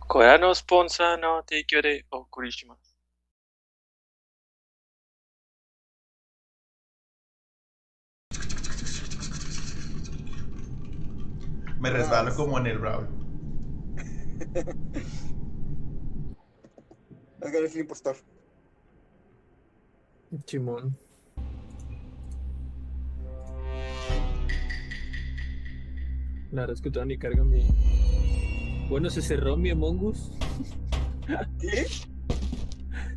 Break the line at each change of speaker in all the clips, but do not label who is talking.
小屋のスポンサーの提供でお送りします。
Me resbalo como en el Brawl.
Edgar es el impostor.
Simón. La verdad es que todavía ni carga mi. Bueno, se cerró mi Among Us.
¿Qué?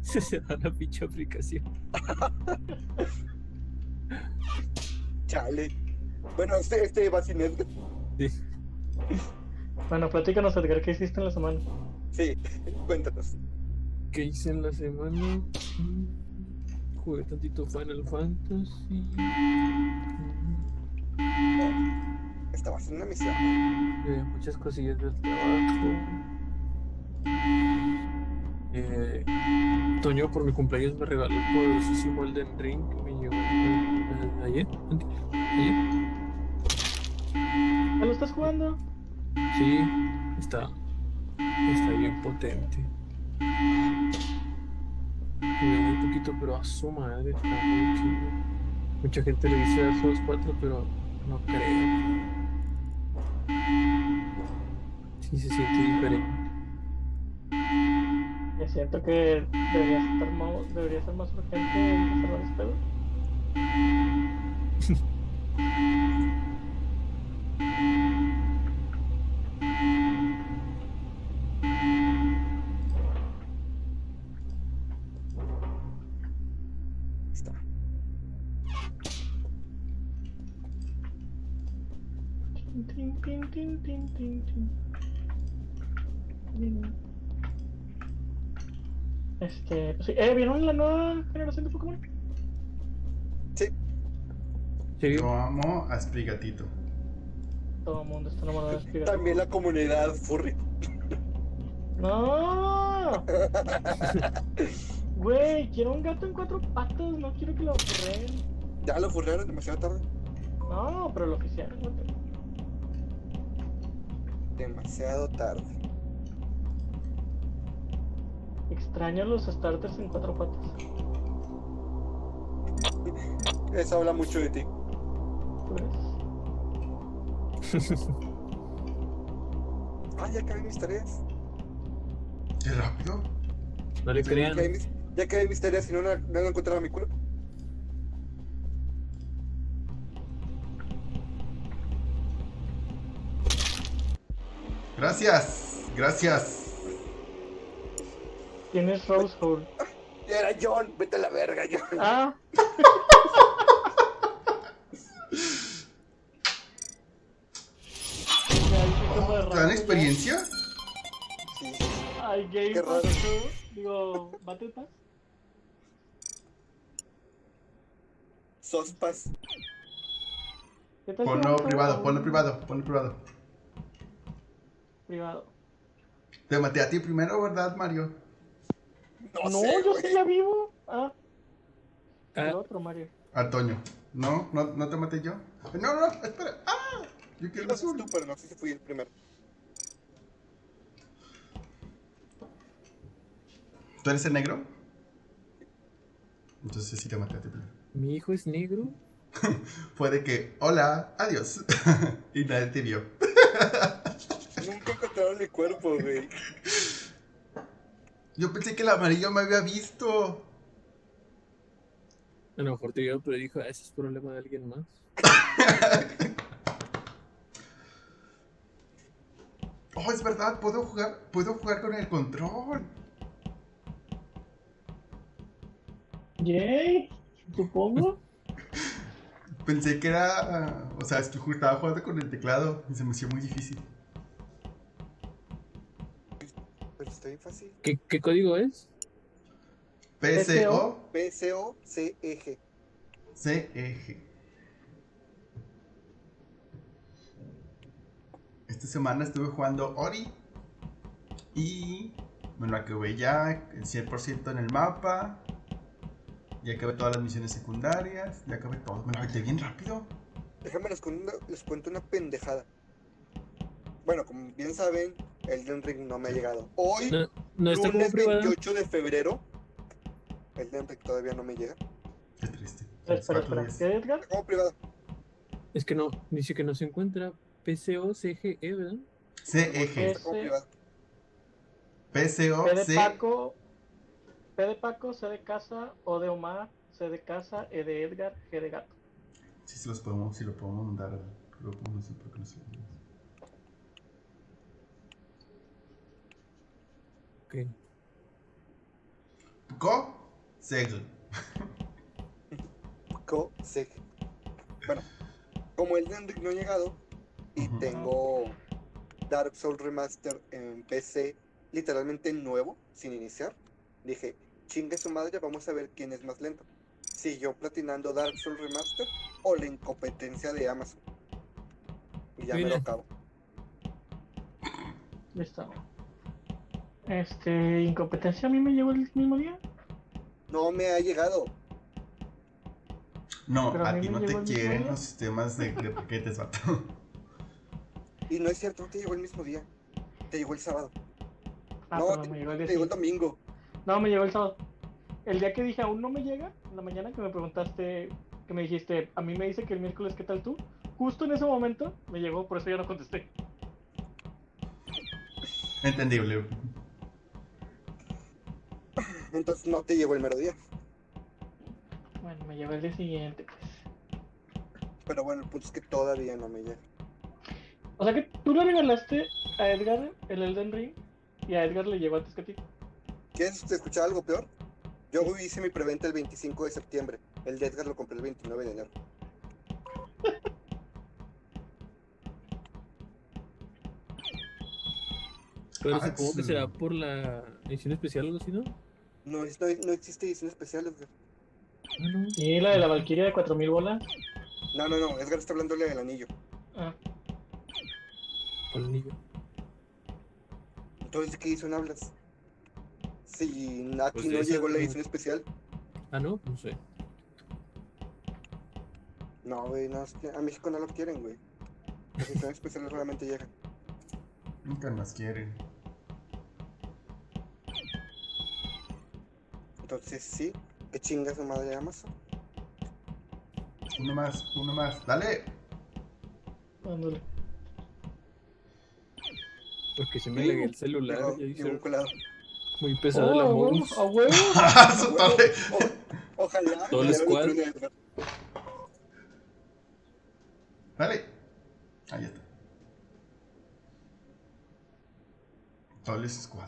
Se cerró la pinche aplicación.
Chale. Bueno, este, este va sin Edgar.
Bueno, platícanos, Edgar, ¿qué hiciste en la semana?
Sí, cuéntanos.
¿Qué hice en la semana? Mm, Jugué tantito Final Fantasy. Mm,
Estabas en una misión.
eh, muchas cosillas del trabajo. Eh, Toño por mi cumpleaños me regaló el poderosísimo Elden Ring que me llegó eh, ayer. ante- ayer.
¿Ya lo estás jugando?
Sí, está. Está bien potente. Jugué muy poquito, pero a su madre está muy chido. Mucha gente le dice Dark Souls 4, pero no creo. Sí, se siente diferente.
Yo siento que deberías estar mo- debería ser más urgente en resolver este pedo.
Está.
Tin, tin, tin, tin, tin, tin, tin. Bien. Este, pues sí. Eh, ¿vieron la nueva generación de Pokémon?
Sí,
Yo amo a Sprigatito.
Todo el mundo está enamorado de Espiga.
También la comunidad furry.
¡No! Güey, quiero un gato en cuatro patas, no quiero que lo corren.
Ya lo furrearon demasiado tarde.
No, pero lo oficial, güey.
Demasiado tarde.
Extraño los starters en cuatro patas.
Eso habla mucho de ti.
¿Tú crees?
Ah, ya acabé mis tareas.
¿Qué rápido?
no le
Ya
crean.
acabé mis, ya acabé mis tareas y no, la- no, encontraba mi cuerpo.
Gracias, gracias.
Tienes Rose Hole.
Ya era John, vete a la verga, John.
Ah, Ya, ahí sí como de
¿Te dan
rato,
experiencia?
Sí, sí, sí.
ya. Ay, gay,
Qué raro.
Digo, ¿bate paz?
Sospas.
¿Qué tal si
Ponlo
vamos a-
privado, ponlo privado, ponlo privado.
Privado.
Te maté a ti primero, ¿verdad, Mario?
No,
no,
sé,
yo
güey.
sí ya vivo. Ah, el
Ah,
otro Mario.
Antonio. ¿No? ¿No, no te maté yo? No, no, no, espera. ¡Ah! Yo quiero el
No sé
azul.
tú, pero no sé si fui el primero.
¿Tú eres el negro? Entonces sí te maté a ti primero.
mi hijo es negro.
Fue de que, hola, adiós. y nadie te vio.
Nunca encontraron mi cuerpo, güey.
Yo pensé que el amarillo me había visto.
A lo mejor te vio, pero dijo, "Ah, ese es problema de alguien más.
Oh, es verdad, puedo jugar, puedo jugar con el control.
Yay, supongo.
Pensé que era. O sea, estu- estaba jugando con el teclado y se me hizo muy difícil.
Pero está bien fácil.
¿Qué, qué código es?
PSO
P-C-O-C-E-G.
CEG. Esta semana estuve jugando Ori. Y me lo acabé ya el 100% en el mapa. Ya acabé todas las misiones secundarias. Ya acabé todo. Me lo aventé bien rápido.
Déjame les cuento, les cuento una pendejada. Bueno, como bien saben, el Elden Ring no me ha llegado. Hoy,
No, no está como
lunes
privada.
28 de febrero, el Elden Ring todavía no me llega.
Qué triste.
Espera,
Cuatro
espera.
días.
¿Qué, Edgar?
Como privada.
Es que no, dice que no se encuentra. PCOCGE, E, ¿verdad?
CEG.
Está como
Ese-
privada.
PCO,
P de
C. E
Paco, P de Paco, C de casa, O de Omar, C de casa, E de Edgar, G de gato.
Sí, sí los podemos, sí lo podemos mandar al grupo, no sé por qué no se lo mandamos.
Ok.
Co, Seg.
Cosec. Bueno, como el Elden Ring no ha llegado y
Ujú.
tengo Dark Souls Remaster en PC literalmente nuevo, sin iniciar, dije, chingue su madre, vamos a ver quién es más lento. Si yo platinando Dark Souls Remaster o la incompetencia de Amazon. Y ya me lo
Mira.
acabo.
Listo. Este, incompetencia a mí me llegó el mismo día.
No me ha llegado.
No,
Pero a
a
mí
ti
me
no
llegó
te
el mismo
quieren
día.
los sistemas de, de paquetes, vato.
Y no es cierto, no te llegó el mismo día. Te llegó el sábado.
Ah,
No,
perdón, me llegó el día
Te llegó el
siguiente.
domingo.
No, me llegó el sábado. El día que dije aún no me llega, en la mañana que me preguntaste, que me dijiste, a mí me dice que el miércoles, ¿qué tal tú? Justo en ese momento me llegó, por eso ya no contesté.
Entendible.
Entonces no te llegó el mero día.
Bueno, me llegó el día siguiente, pues.
Pero bueno, el punto es que todavía no me llega.
O sea que tú le regalaste a Edgar el Elden Ring y a Edgar le llegó antes que a ti.
¿Quieres escuchar algo peor? Yo hice mi preventa el 25 de septiembre. El de Edgar lo compré el 29 de enero.
Pero
Ah,
supongo que
sí.
será por la edición especial o algo así, ¿no?
No, es- no, no existe edición especial, Edgar.
Ah, no.
Y la de la Valkyria de 4000 bolas.
No, no, no. Edgar está hablándole del anillo.
Ah,
Por el anillo.
Entonces, ¿de qué edición hablas? Si aquí
Pues de
no
esa-
llegó la edición especial.
Ah, no, no sé.
No, güey, no. es que A México no lo quieren, güey. Las ediciones especiales realmente llegan.
Nunca nos quieren.
Entonces, sí. Que chingas su madre Amazon.
Uno más, uno más. Dale.
dándole.
Porque se me lagué el celular.
Pero
ya hice
llegó un colado.
muy pesada la
huevo,
modus.
Oh, a huevo.
Ah, Su torre.
O- Ojalá.
Todo el
le dieran
squad.
otro de Edgar.
Dale. Ahí está. Toles Squad.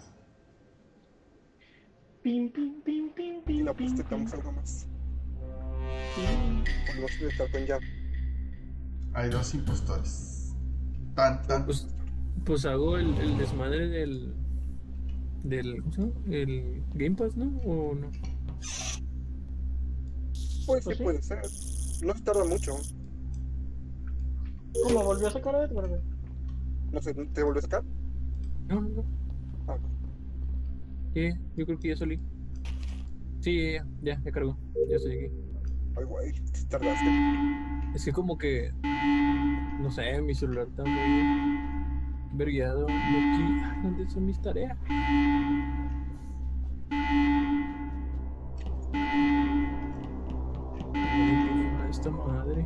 Pim, pim, pim, pim,
Y
pim,
no, pues
pim, pim,
tocamos algo más.
pim.
Volvemos a estar con ya.
Hay dos impostores. Tan, tan.
Pues, pues hago el, el desmadre del. del. ¿Cómo se llama? El Game Pass, ¿no? ¿O no?
Pues
Pues
sí,
sí.
puede ser. No se tarda mucho.
¿Cómo volvió a sacar a Edgar, güey?
No sé, ¿te volvió a sacar?
No, no, no.
Ah,
Sí, yo creo que ya salí. Sí, ya, ya, ya, ya cargo. Ya estoy aquí.
ay, güey, te tardaste.
Es que como que. No sé, mi celular está muy. Vergueado. Y aquí. ay, ¿Dónde son mis tareas? Ay, Esta madre.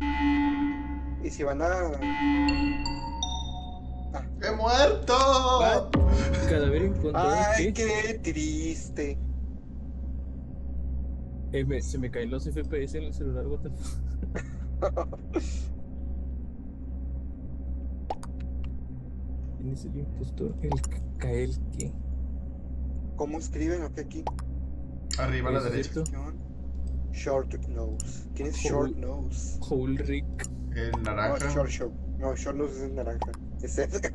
Y si van a.
¡He muerto!
Cadáver encontrado.
¡Ay,
¿qué?
qué triste!
Eh, me- se me caen los FPS en el celular, what the fuck. ¿Quién es el impostor? El ca- cael que.
¿Cómo escriben o qué aquí?
Arriba a la
¿Es
derecha.
cierto?
John Short Nose. ¿Quién es Short Nose?
Hole Rick.
El
No,
naranja.
Short Show. No, Short Nose es el naranja. Es Edgar.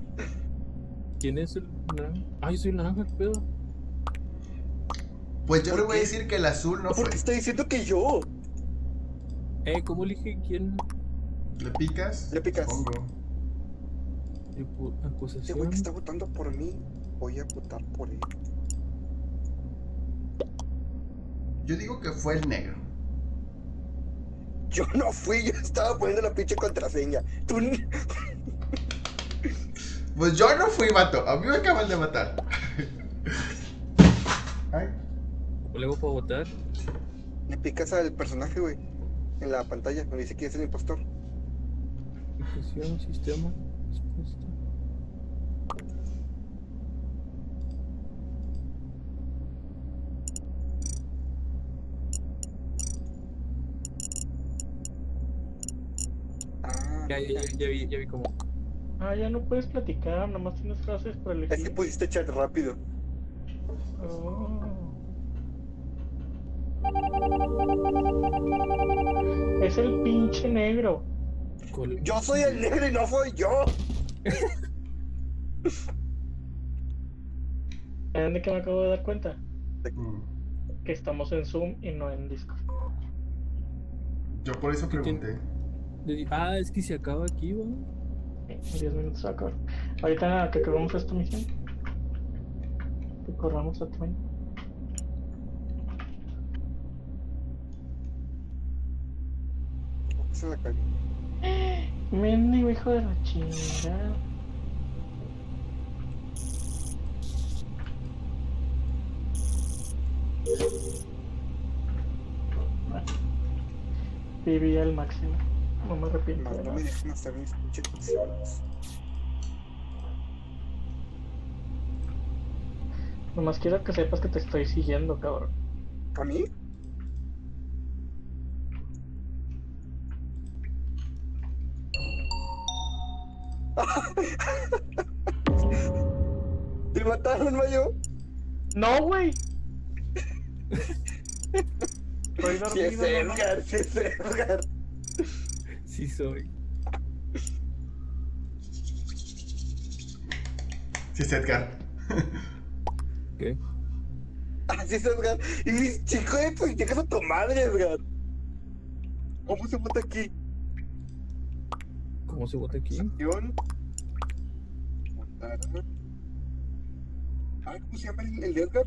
¿Quién es el naranja? Ah, yo soy el naranja, qué pedo.
Pues yo
¿Por
le voy a
qué?
decir que el azul no fue.
¿Por qué está diciendo que yo?
Eh, ¿cómo elige quién?
Le picas.
Le picas.
Pongo.
Eh, por
Este
acusación.
güey que está votando por mí, voy a votar por él.
Yo digo que fue el negro.
Yo no fui, yo estaba poniendo la pinche contraseña. Tú n-
Pues yo no fui, vato. A mí me acaban de matar. Ay,
Luego puedo votar.
le picas al personaje, güey. En la pantalla, me dice quién es el impostor.
Instrucción, sistema, respuesta.
Ah,
Ya, ya, ya, ya vi, ya vi cómo.
Ah, ya no puedes platicar, nomás tienes frases para elegir.
es que pusiste chat rápido.
Oh. Es el pinche negro.
Col-
Yo soy el negro y no soy yo.
¿Saben de qué me acabo de dar cuenta?
mm.
Que estamos en Zoom y no en Discord.
Yo por eso
¿Qué tiene?
pregunté.
le di- Ah, es que se acaba aquí, güey.
En 10 minutos se va a acabar. Ahorita que acabemos esta misión, que corramos a Twain.
Se la cagué.
Mendigo hijo de la chingada. Viví al máximo. No me arrepiento.
Madre,
de
no
nada.
me dejan hacer mis pinches funciones.
Nomás quiero que sepas que te estoy siguiendo, cabrón.
¿A mí? ¿Te mataron, Mayo?
¡No, güey! Estoy
Sí es
dormido. no, no.
Edgar, sí es Edgar.
Sí soy.
Sí, es Edgar.
¿Qué?
Así es, Edgar. Y mis chico, eh, pues llegas a tu madre, Edgar. ¿Cómo se vota aquí?
¿Cómo se vota aquí?
Acción. Votar. Ah, ¿cómo se llama el, el de Edgar?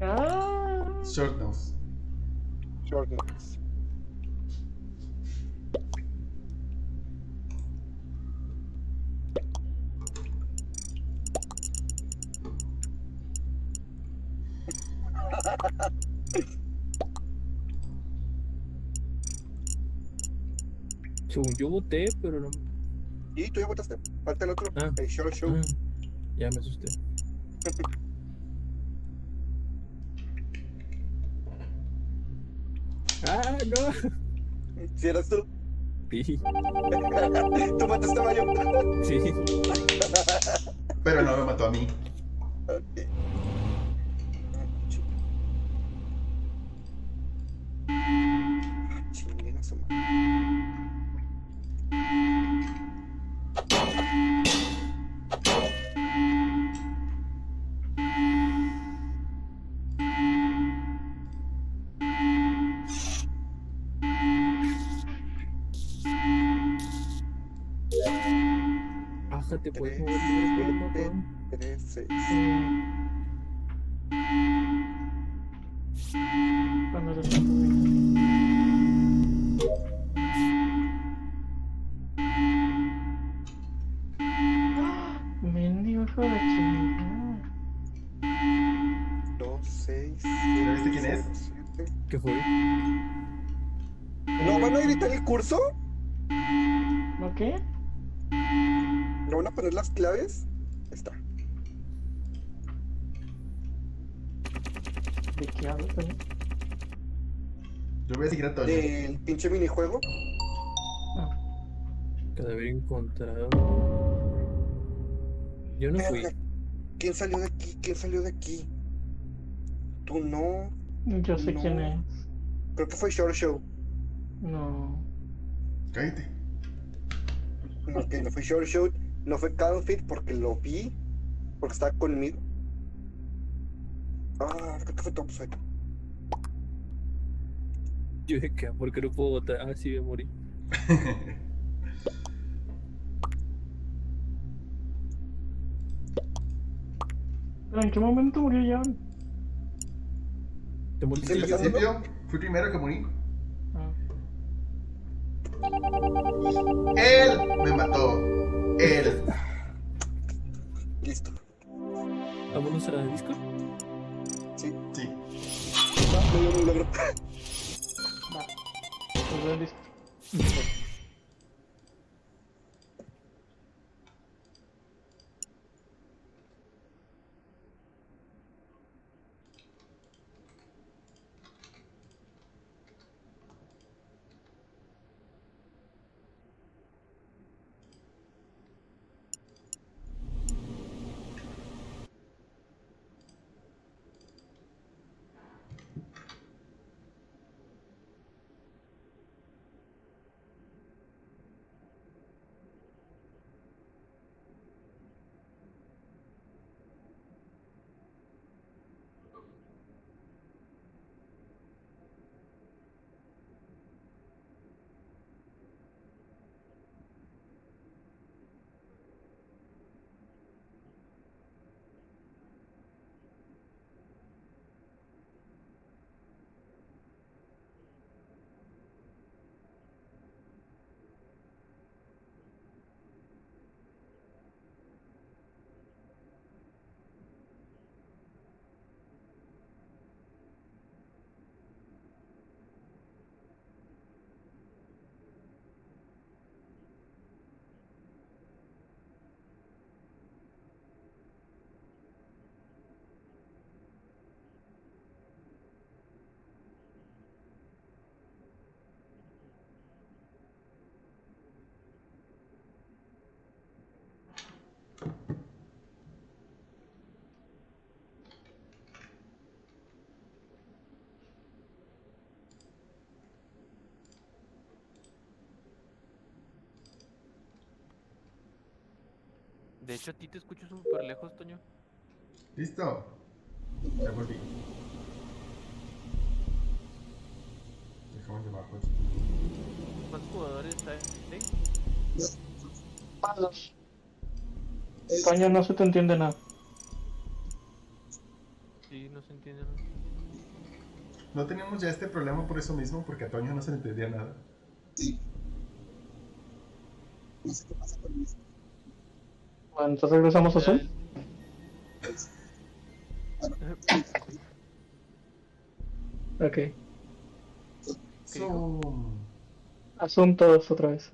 Ah,
Short nose.
Short Notes.
Según yo voté, pero no.
Y tú ya votaste. Falta el otro.
Ah.
El Short Show.
Ah, ya me asusté. ¡Ah, no!
Si eras tú,
Sí,
tú mataste a Mayo.
sí.
Pero no me mató a mí.
Chinguen a su madre.
Ajá, te puedes
Tres,
mover. pero
siete,
no, cabrón.
tres, seis.
cuando le pongo- ¡Ah! Mendigo hijo de chingada.
Dos, seis.
¿Ya viste quién es?
siete.
¿Qué fue?
¿No van a editar el curso?
¿No qué?
¿No van a poner las claves? Ahí Está.
¿De qué hablas, güey?
Yo voy a seguir a Toño.
Del pinche minijuego.
Cadáver encontrado. Yo no fui.
Verga, ¿Quién salió de aquí? ¿Quién salió de aquí? Tú no.
Yo sé
No.
quién es.
Creo que fue Short Show.
No.
Cállate.
No, que no fue Short Show. No fue Calfit porque lo vi. Porque estaba conmigo. Ah, creo que fue Topside.
Yo dije, ¿qué? ¿Por qué no puedo votar? Ah, sí, me morí.
¿Pero en qué momento murió John?
¿Te moriste
En
Sí, yo-
principio, fui primero que morí.
Ah.
Él me mató. Él.
Listo.
Vámonos a disco.
Sí.
Ah, me dieron un logro.
Va. Pues buen disco.
De hecho, a ti te escucho súper lejos, Toño.
¿Listo? Ya volví. Dejamos de bajo aquí.
¿Cuántos jugadores hay? ¿Sí?
Palos. Toño, no se te entiende nada.
Sí, no se entiende. nada.
No teníamos ya este problema por eso mismo, porque a Toño no se le entendía nada.
Bueno, entonces regresamos a Zoom. Ok.
¿Qué
So,
A Zoom todos otra vez.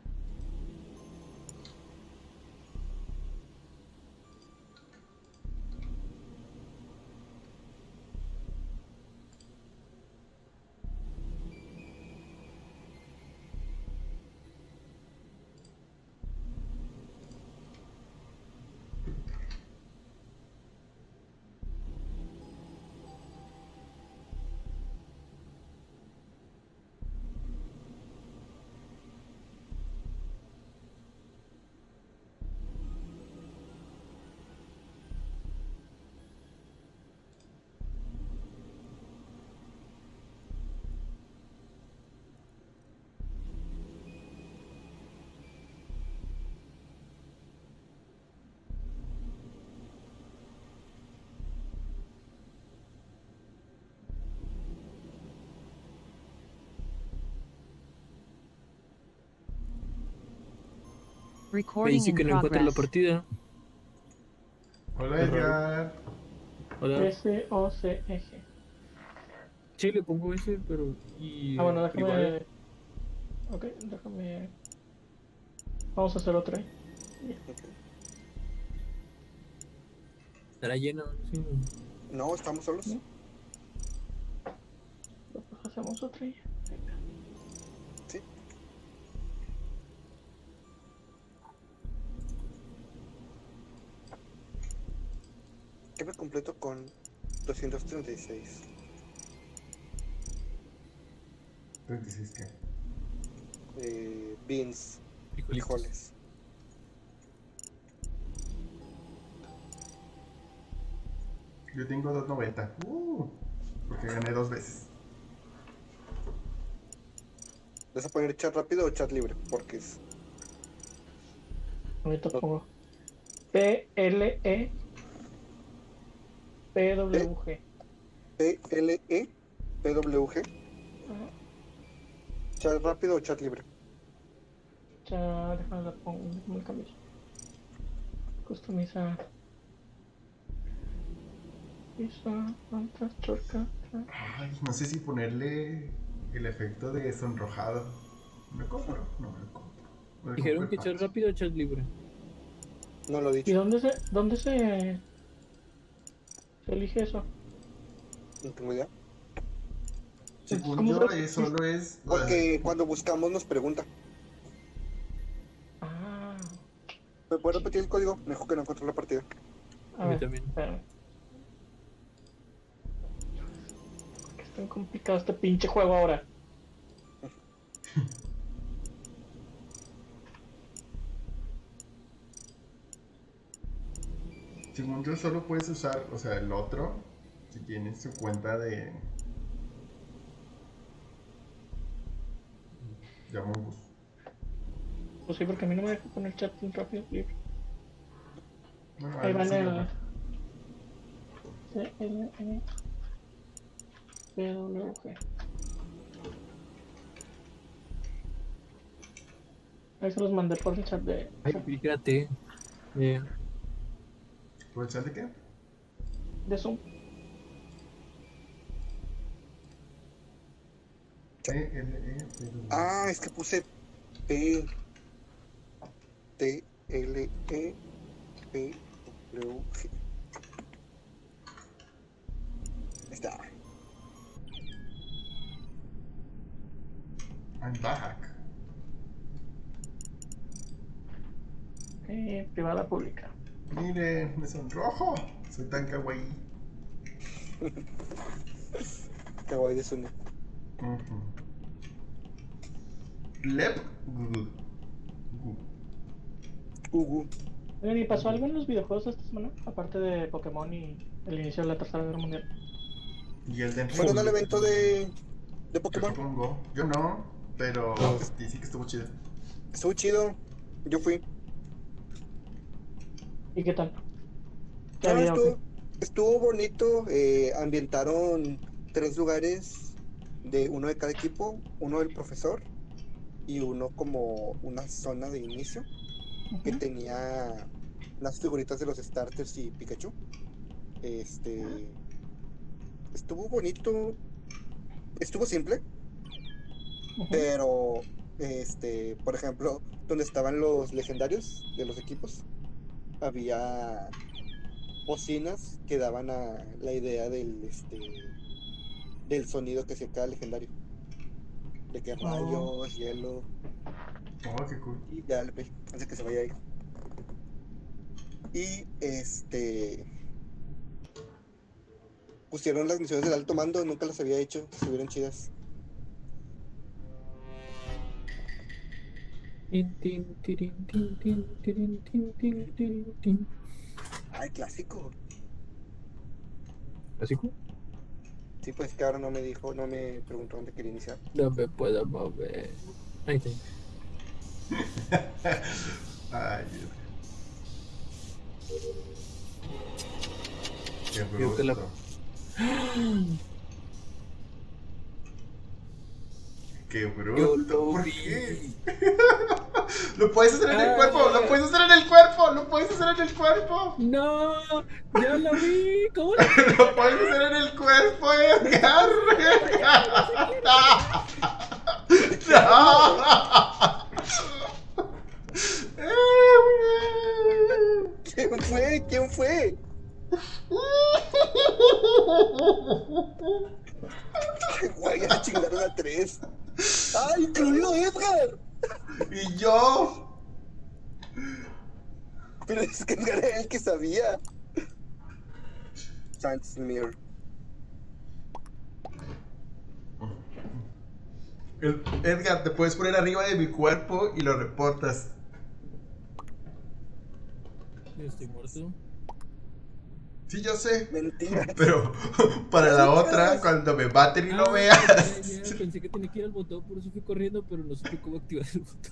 Me
Recording
dice que
in
no encuentra la
progress.
partida.
hola
Qué raro.
Edgar.
Hola.
S-O-C-E-G.
Sí, le pongo ese, pero. Y,
Ah, bueno,
privado.
déjame. Ok, déjame. Vamos a hacer otra. ahí.
Estará lleno. Sí.
No, estamos solos.
Pues hacemos otra. ahí.
Que me completo con 236.
36 que.
Eh, beans,
Frijolitos.
frijoles.
Yo tengo 290. Uh, porque gané dos veces.
¿Vas a poner chat rápido o chat libre? Porque es.
Ahorita pongo. E P-L-E. P-W-G.
E P-L-E. PWG.
Ajá.
Chat rápido o chat libre.
Ya, déjame la pongo, déjame la cambiar. Customiza. Pisa, planta, chorca. tra-
Ay, no sé si ponerle el efecto de sonrojado. ¿Me lo compro? No me lo compro. Me lo
Dijeron
compré
que
para-
echar rápido o chat libre.
No lo he
¿Y
dicho.
dónde se, dónde se, se elige eso?
No tengo idea.
Según
¿Cómo
yo,
sabes?
eh, solo es.
Porque cuando buscamos nos pregunta.
Ah,
¿Me puedo repetir el código? Mejor que no encontré la partida.
a
A mí
ver,
también.
espérame. ¿Por qué es tan complicado este pinche juego ahora?
Según yo, solo puedes usar, o sea, el otro, si tienes su cuenta de. de Among Us.
Pues sí, porque a mí no me deja poner chat tan rápido. tío.
No,
Ahí
algo
van
así,
el...
¿verdad?
CLM. PWG. Ahí se los mandé por el chat de...
Ay, fíjate. Eh,
¿Por el chat de qué?
de Zoom.
E, L, E, P, W.
Ah, es que puse P. T. L. E. P. W. G. Ahí Está.
I'm back.
Eh, privada pública.
Miren, me sonrojo. Soy tan kawaii.
Te voy de Zune.
Ujú. Lep. Gu. Gu.
Ugu.
Oigan, ¿y pasó algo en los videojuegos esta semana? Aparte de Pokémon y el inicio de la Tercera Guerra Mundial.
Y el de
Fueron al evento de. de
Yo
Pokémon.
supongo. Yo no, pero
No.
dice que estuvo chido.
Estuvo chido. Yo fui.
¿Y qué tal? ¿Qué
Ah,
había, o qué?
estuvo, estuvo bonito. eh, ambientaron tres lugares de uno de cada equipo, uno del profesor y uno como una zona de inicio que
Ujú.
tenía las figuritas de los starters y Pikachu. Este estuvo bonito, estuvo simple,
Ujú.
pero este, por ejemplo, donde estaban los legendarios de los equipos, había bocinas que daban a la idea del este del sonido que hacía cada legendario. De que
Oh.
rayos, hielo
Oh, qué cool.
y ya le pedí antes de que se vaya ahí. Y este pusieron las misiones del alto mando, nunca las había hecho, estuvieron chidas.
tin, tin, tirin, tin, tin, tirin, tin, tin, tirin, tin.
Ay, clásico.
Así como.
Sí, pues que ahora no me dijo, no me preguntó dónde quería iniciar.
No me puedo mover. Ahí está.
Ay, Dios. Qué
Yo que la-
bruto. Qué
Yo
bruto.
lo
¿Por
vi.
qué? Lo puedes hacer en el
Ah.
cuerpo, lo puedes hacer en el cuerpo, lo puedes hacer en el cuerpo.
No, yo lo vi. ¿Cómo lo
Lo puedes hacer en el cuerpo, Edgar. No. Eh, güey.
¿Quién fue? ¿Quién fue? Qué Guay, ya se chingaron a tres. ¡Ay, incluido Edgar!
Y yo.
Pero es que Edgar era el que sabía. Sans Mirror.
El- Edgar, te puedes poner arriba de mi cuerpo y lo reportas.
Yo estoy muerto.
Sí, yo sé.
Mentira.
Pero para la otra, cuando me baten y lo
Ah,
veas.
ya, ya, Pensé que tenía que ir al botón, por eso fui corriendo, pero no supe cómo activar el botón.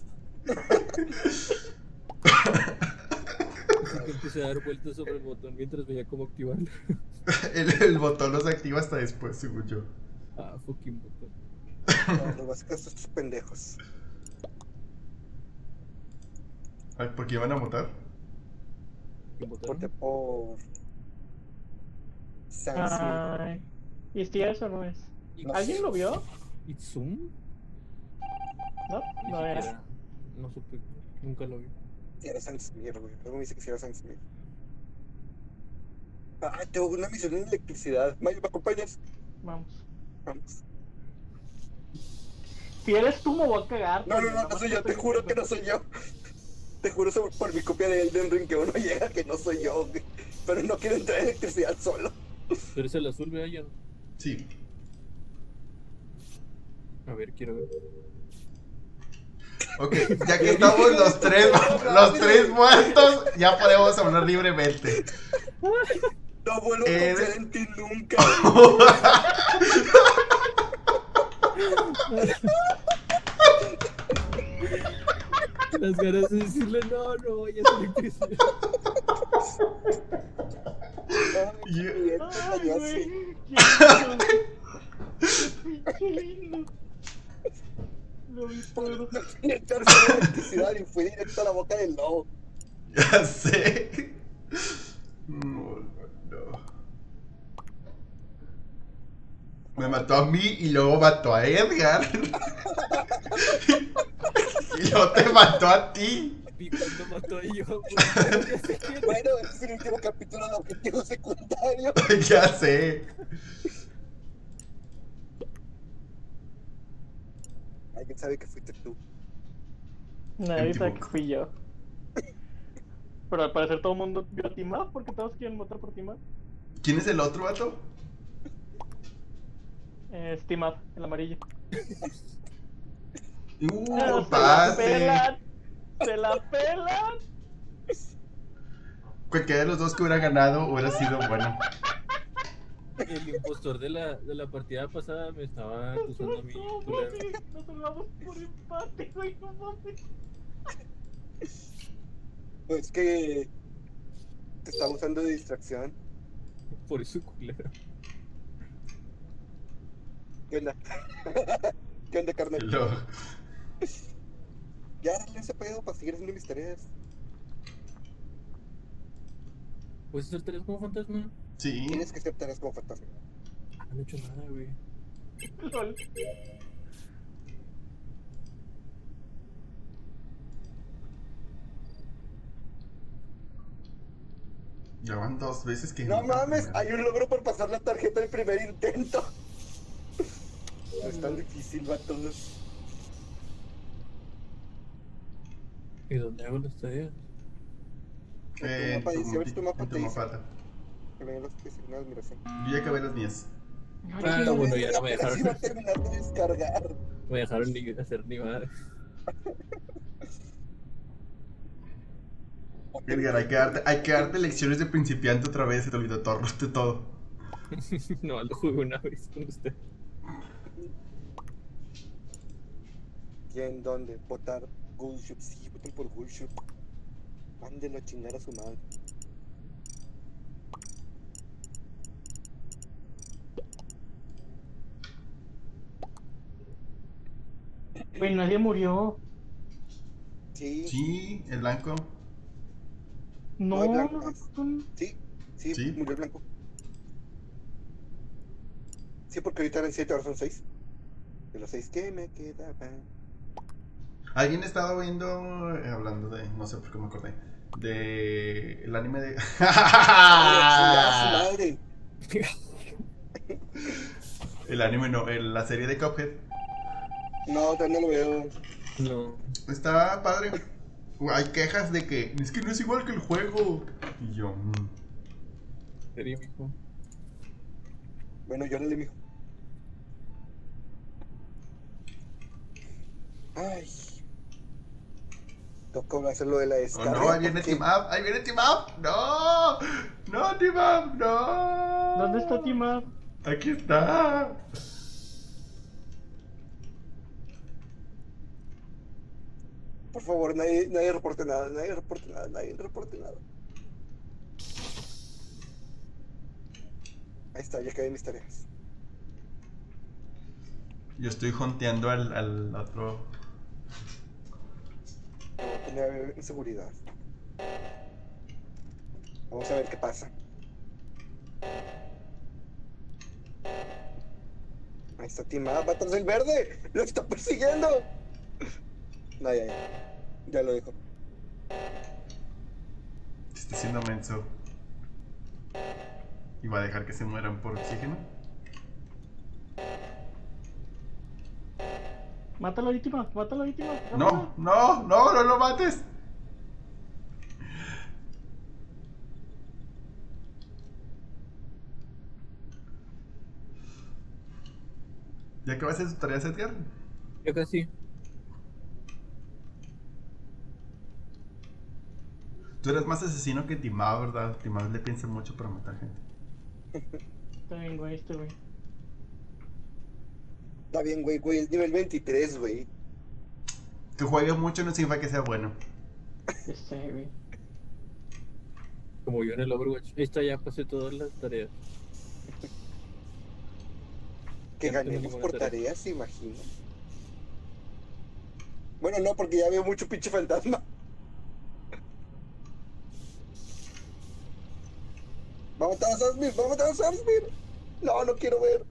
Así que empecé a dar vueltas sobre el botón mientras veía cómo activarlo.
El, el botón los activa hasta después, según yo.
Ah, fucking botón.
No, Los básicos son estos pendejos.
Ay, ¿Por qué van Ah, a votar?
Fucking botón.
Porque por. Sam Smith.
Ay, ¿Y si eso no es?
¿Y-
No.
¿Alguien lo vio?
¿Y Zoom?
No,
Ni
no era.
siquiera. No supe, nunca lo vi.
Era Sam Smith, güey. Algo me dice que sí era Sam Smith. Ah, tengo una misión en electricidad. Mayo, ¿me acompañas?
Vamos.
Vamos.
Si eres tú, me voy a cagar.
No, no,
Toño,
no,
nada
no
más
soy yo, te
estoy
juro que no
diciendo.
soy yo. Te juro sobre- por mi copia de Elden Ring que uno llega que no soy yo, güey. Pero no quiero entrar en electricidad solo.
Pero es el azul, vea ya.
Sí.
A ver, quiero ver.
Ok, ya que estamos los tres, los tres muertos, ya podemos hablar libremente.
No vuelvo a
Eh,
confiar en ti nunca.
Las ganas de decirle, no, no vayas a electricidad.
Ay,
Yo-
bien,
Ay,
yo
güey,
sí.
Qué lindo. Qué lindo. Lo vi todo.
No quería entrar solo en electricidad y fui directo a la boca del lobo.
Ya sé. No, no. Me mató a mí y luego mató a Edgar. y luego te mató a ti.
Y cuando mató a yo, pues, ya sé quién es.
Bueno, este es el último capítulo de Objetivo Secundario.
ya sé.
Alguien sabe que fuiste tú.
Nadie
Empty
sabe
book.
que fui yo. Pero al parecer todo el mundo vio a Timar porque todos quieren votar por Timar.
¿Quién es el otro vato?
Eh, es Timar, el amarillo. Ah, pues,
Uh,
la
pase.
¡Se la pelan!
Cualquiera de los dos que hubiera ganado hubiera sido bueno.
el impostor de la, de la partida pasada me estaba acusando a mí.
No,
culero.
güey, Nos salvamos por empate, güey, no mames.
Pues que te estaba usando de distracción.
Por eso, culero.
¿Qué onda? ¿Qué onda,
Y
carnal?
luego-
Ya dale ese pedo para seguir haciendo mis tareas.
¿Puedes hacer tareas como fantasma?
Sí.
Tienes que hacer tareas como fantasma.
Ah, No he hecho nada, güey.
Lol.
Ya van dos veces que.
No mames, hay un logro por pasar la tarjeta del primer intento. No es tan difícil, vatos.
¿Y dónde hago las tareas?
Eh,
En tu mapa dice, ahorita tu mapa
en tu
te dice.
mapata.
Que vengan los que se una admiración.
Yo ya acabé las mías.
Ah,
No,
bueno, ya no me
apenas
dejaron.
iba a terminar de descargar.
Me dejaron ni hacer ni nada.
Edgar, hay que darte, hay que darte lecciones de principiante otra vez, se te olvidó todo, de todo.
No, lo jugué una vez con usted.
¿Quién? ¿Dónde? ¿Votar? Gulship. Sí, voten por Gulship. Mándenlo a chingar a su madre.
Güey, nadie murió.
Sí, sí,
Sí, el blanco.
No,
hay
no,
blancas.
no.
sí,
Sí.
murió el blanco. Sí, porque ahorita eran 7, ahora son 6. De los 6 que me quedaban.
Alguien estaba viendo, eh, hablando de, no sé por qué me acordé, de el anime de.
¡Ah! su madre!
el anime no, el- la serie de Cuphead.
No, todavía no lo veo.
No.
Está padre. Hay quejas de que es que no es igual que el juego. Y yo, mm,
Sería, mijo.
Bueno, yo le mijo. Ay. Tocó hacer lo de la
oh,
descarga.
no, ahí viene
porque-
Team Up, ahí viene Team Up, no, no Team Up, no.
¿Dónde está Timar?
Aquí está.
Por favor, nadie, nadie reporte nada, nadie reporte nada, nadie reporte nada. Ahí está, ya acabé mis tareas.
Yo estoy jonteando al, al otro.
Tener seguridad. Vamos a ver qué pasa. Ahí está Timada, va atrás del verde. Lo está persiguiendo. No, ya, ya. Ya lo dijo.
Se está haciendo menso. Y va a dejar que se mueran por oxígeno.
Mátalo a víctima, mátalo a víctima.
No, no, no, no lo mates. ¿Ya acabaste tus tareas, Edgar?
Ya casi.
Tú eres más asesino que Timado, ¿verdad? Timado le piensa mucho para matar gente.
Está bien, güey, este güey.
Está bien, güey, güey. Es nivel 23, güey.
Que juegue mucho no significa que sea bueno.
Este, güey.
Como yo en el Overwatch. Ahí está, ya pasé todas las tareas.
Que
Ya no tengo
ganemos
ninguna
por
tarea.
tareas, se imagina. Bueno, no, porque ya veo mucho pinche fantasma. Vamos a matar a Samsmith, vamos a matar a Samsmith. No, no quiero ver.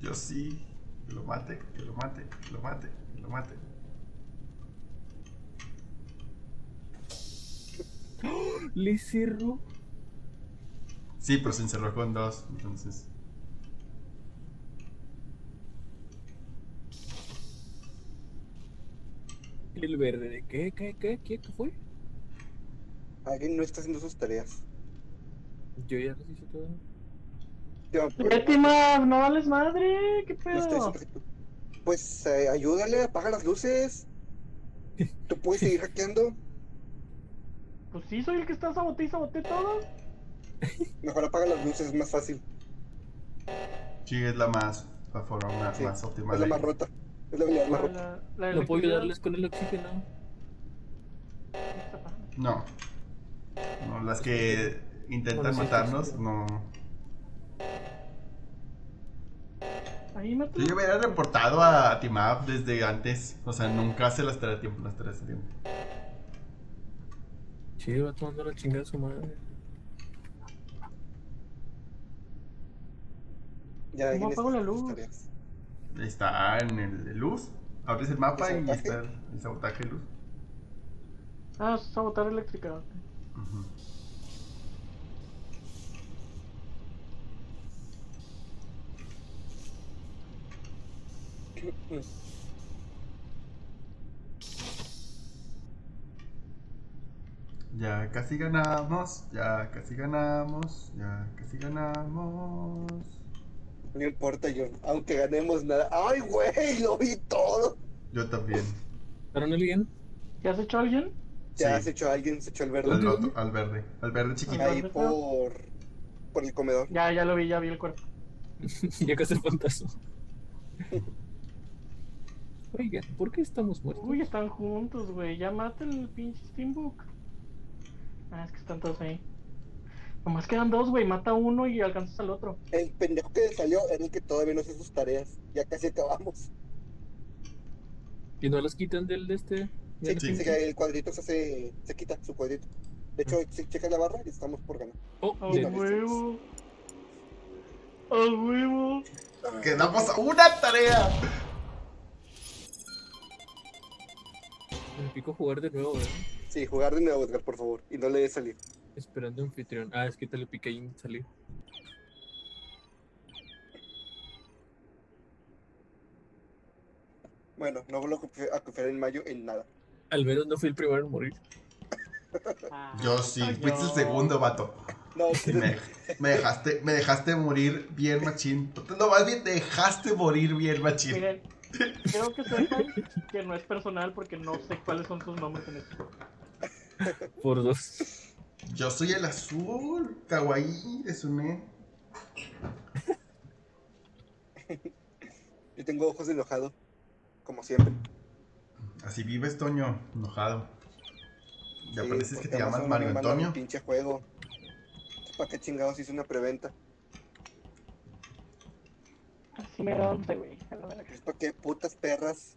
Yo sí. Que lo mate, que lo mate, que lo mate, que lo mate.
Le cierro.
Sí, pero se encerró con dos, entonces.
El verde. de ¿Qué, qué, qué, qué, qué fue?
Alguien no está haciendo sus tareas.
Yo ya las hice todas.
Yo,
Víctima, no vales madre, qué
no estoy
pedo.
siempre que tú. Pues eh, ayúdale, apaga las luces. Tú puedes seguir hackeando.
Pues sí, soy el que está saboteé y saboteé todo.
Mejor apaga las luces, es más fácil.
Sí, es la más, la forma más,
Sí,
más óptima
es la
de-
más rota. Es la habilidad más rota.
La, la
No puedo
electricidad.
ayudarles con el oxígeno.
No. No, las que intentan
Bueno, sí, sí,
matarnos,
sí.
no.
Ahí me
Yo ya hubiera reportado a Timab desde antes. O sea, nunca hace las tareas a tiempo, las tareas a tiempo.
Sí, va tomando la chingada su madre.
Ya, alguien está
apago la
haciendo sus
luz?
tareas.
Ahí Está en el luz. Abres el mapa
¿El
y
sabotaje?
está el, el sabotaje de luz.
Ah, sabotar eléctrica.
Ujú. Ya casi ganamos, ya casi ganamos, ya casi ganamos.
No importa, yo, aunque ganemos nada. ¡Ay, güey! Lo vi todo.
Yo también.
¿Estaron alguien?
¿Ya has hecho a alguien?
Ya
Sí.
se echó alguien, se echó el verde.
Al, otro- al verde, al verde chiquito.
Ahí
¿Dónde está?
por, por el comedor.
Ya, ya lo vi, ya vi el cuerpo.
ya casi el fantasma. Oiga, ¿por qué estamos muertos?
Uy, están juntos, güey. Ya mata el pinche Steambook. Ah, es que están todos ahí. Nomás quedan dos, güey. Mata uno y alcanzas al otro.
El pendejo que salió era el que todavía no hace sus tareas. Ya casi acabamos.
¿Y no las quitan del de este?
Sí,
del
sí.
fin?
se cae el cuadrito se hace, se quita su cuadrito. De hecho, si checas la barra, estamos por ganar.
Oh,
¡A
de-
no.
huevo! ¡A huevo!
Quedamos a una tarea.
me pico jugar de nuevo, ¿verdad?
Sí, jugar de nuevo, Edgar, por favor. Y no le des salir.
Esperando anfitrión. Ah, es que te le piqué y salió.
Bueno, no vuelvo a confi- a confiar en Mayo en nada.
Al menos no fui el primero en morir.
Yo sí, fuiste el segundo, vato.
No,
Sí, me, me dejaste, me dejaste morir bien machín. No, más bien te dejaste morir bien machín.
Miren, creo que sepan que no es personal porque no sé cuáles son sus nombres en esto.
Por dos.
Yo soy el azul, kawaii, E. Desune.
yo tengo ojos de enojado. Como siempre.
Así vives, Toño, enojado. Ya
Sí,
pareces que
porque
te
Amazon
llamas
no
Mario
me manda
Antonio.
mi pinche juego. ¿Para qué chingados hice una preventa?
Sí me da once, güey. a la verga.
Esto que putas perras,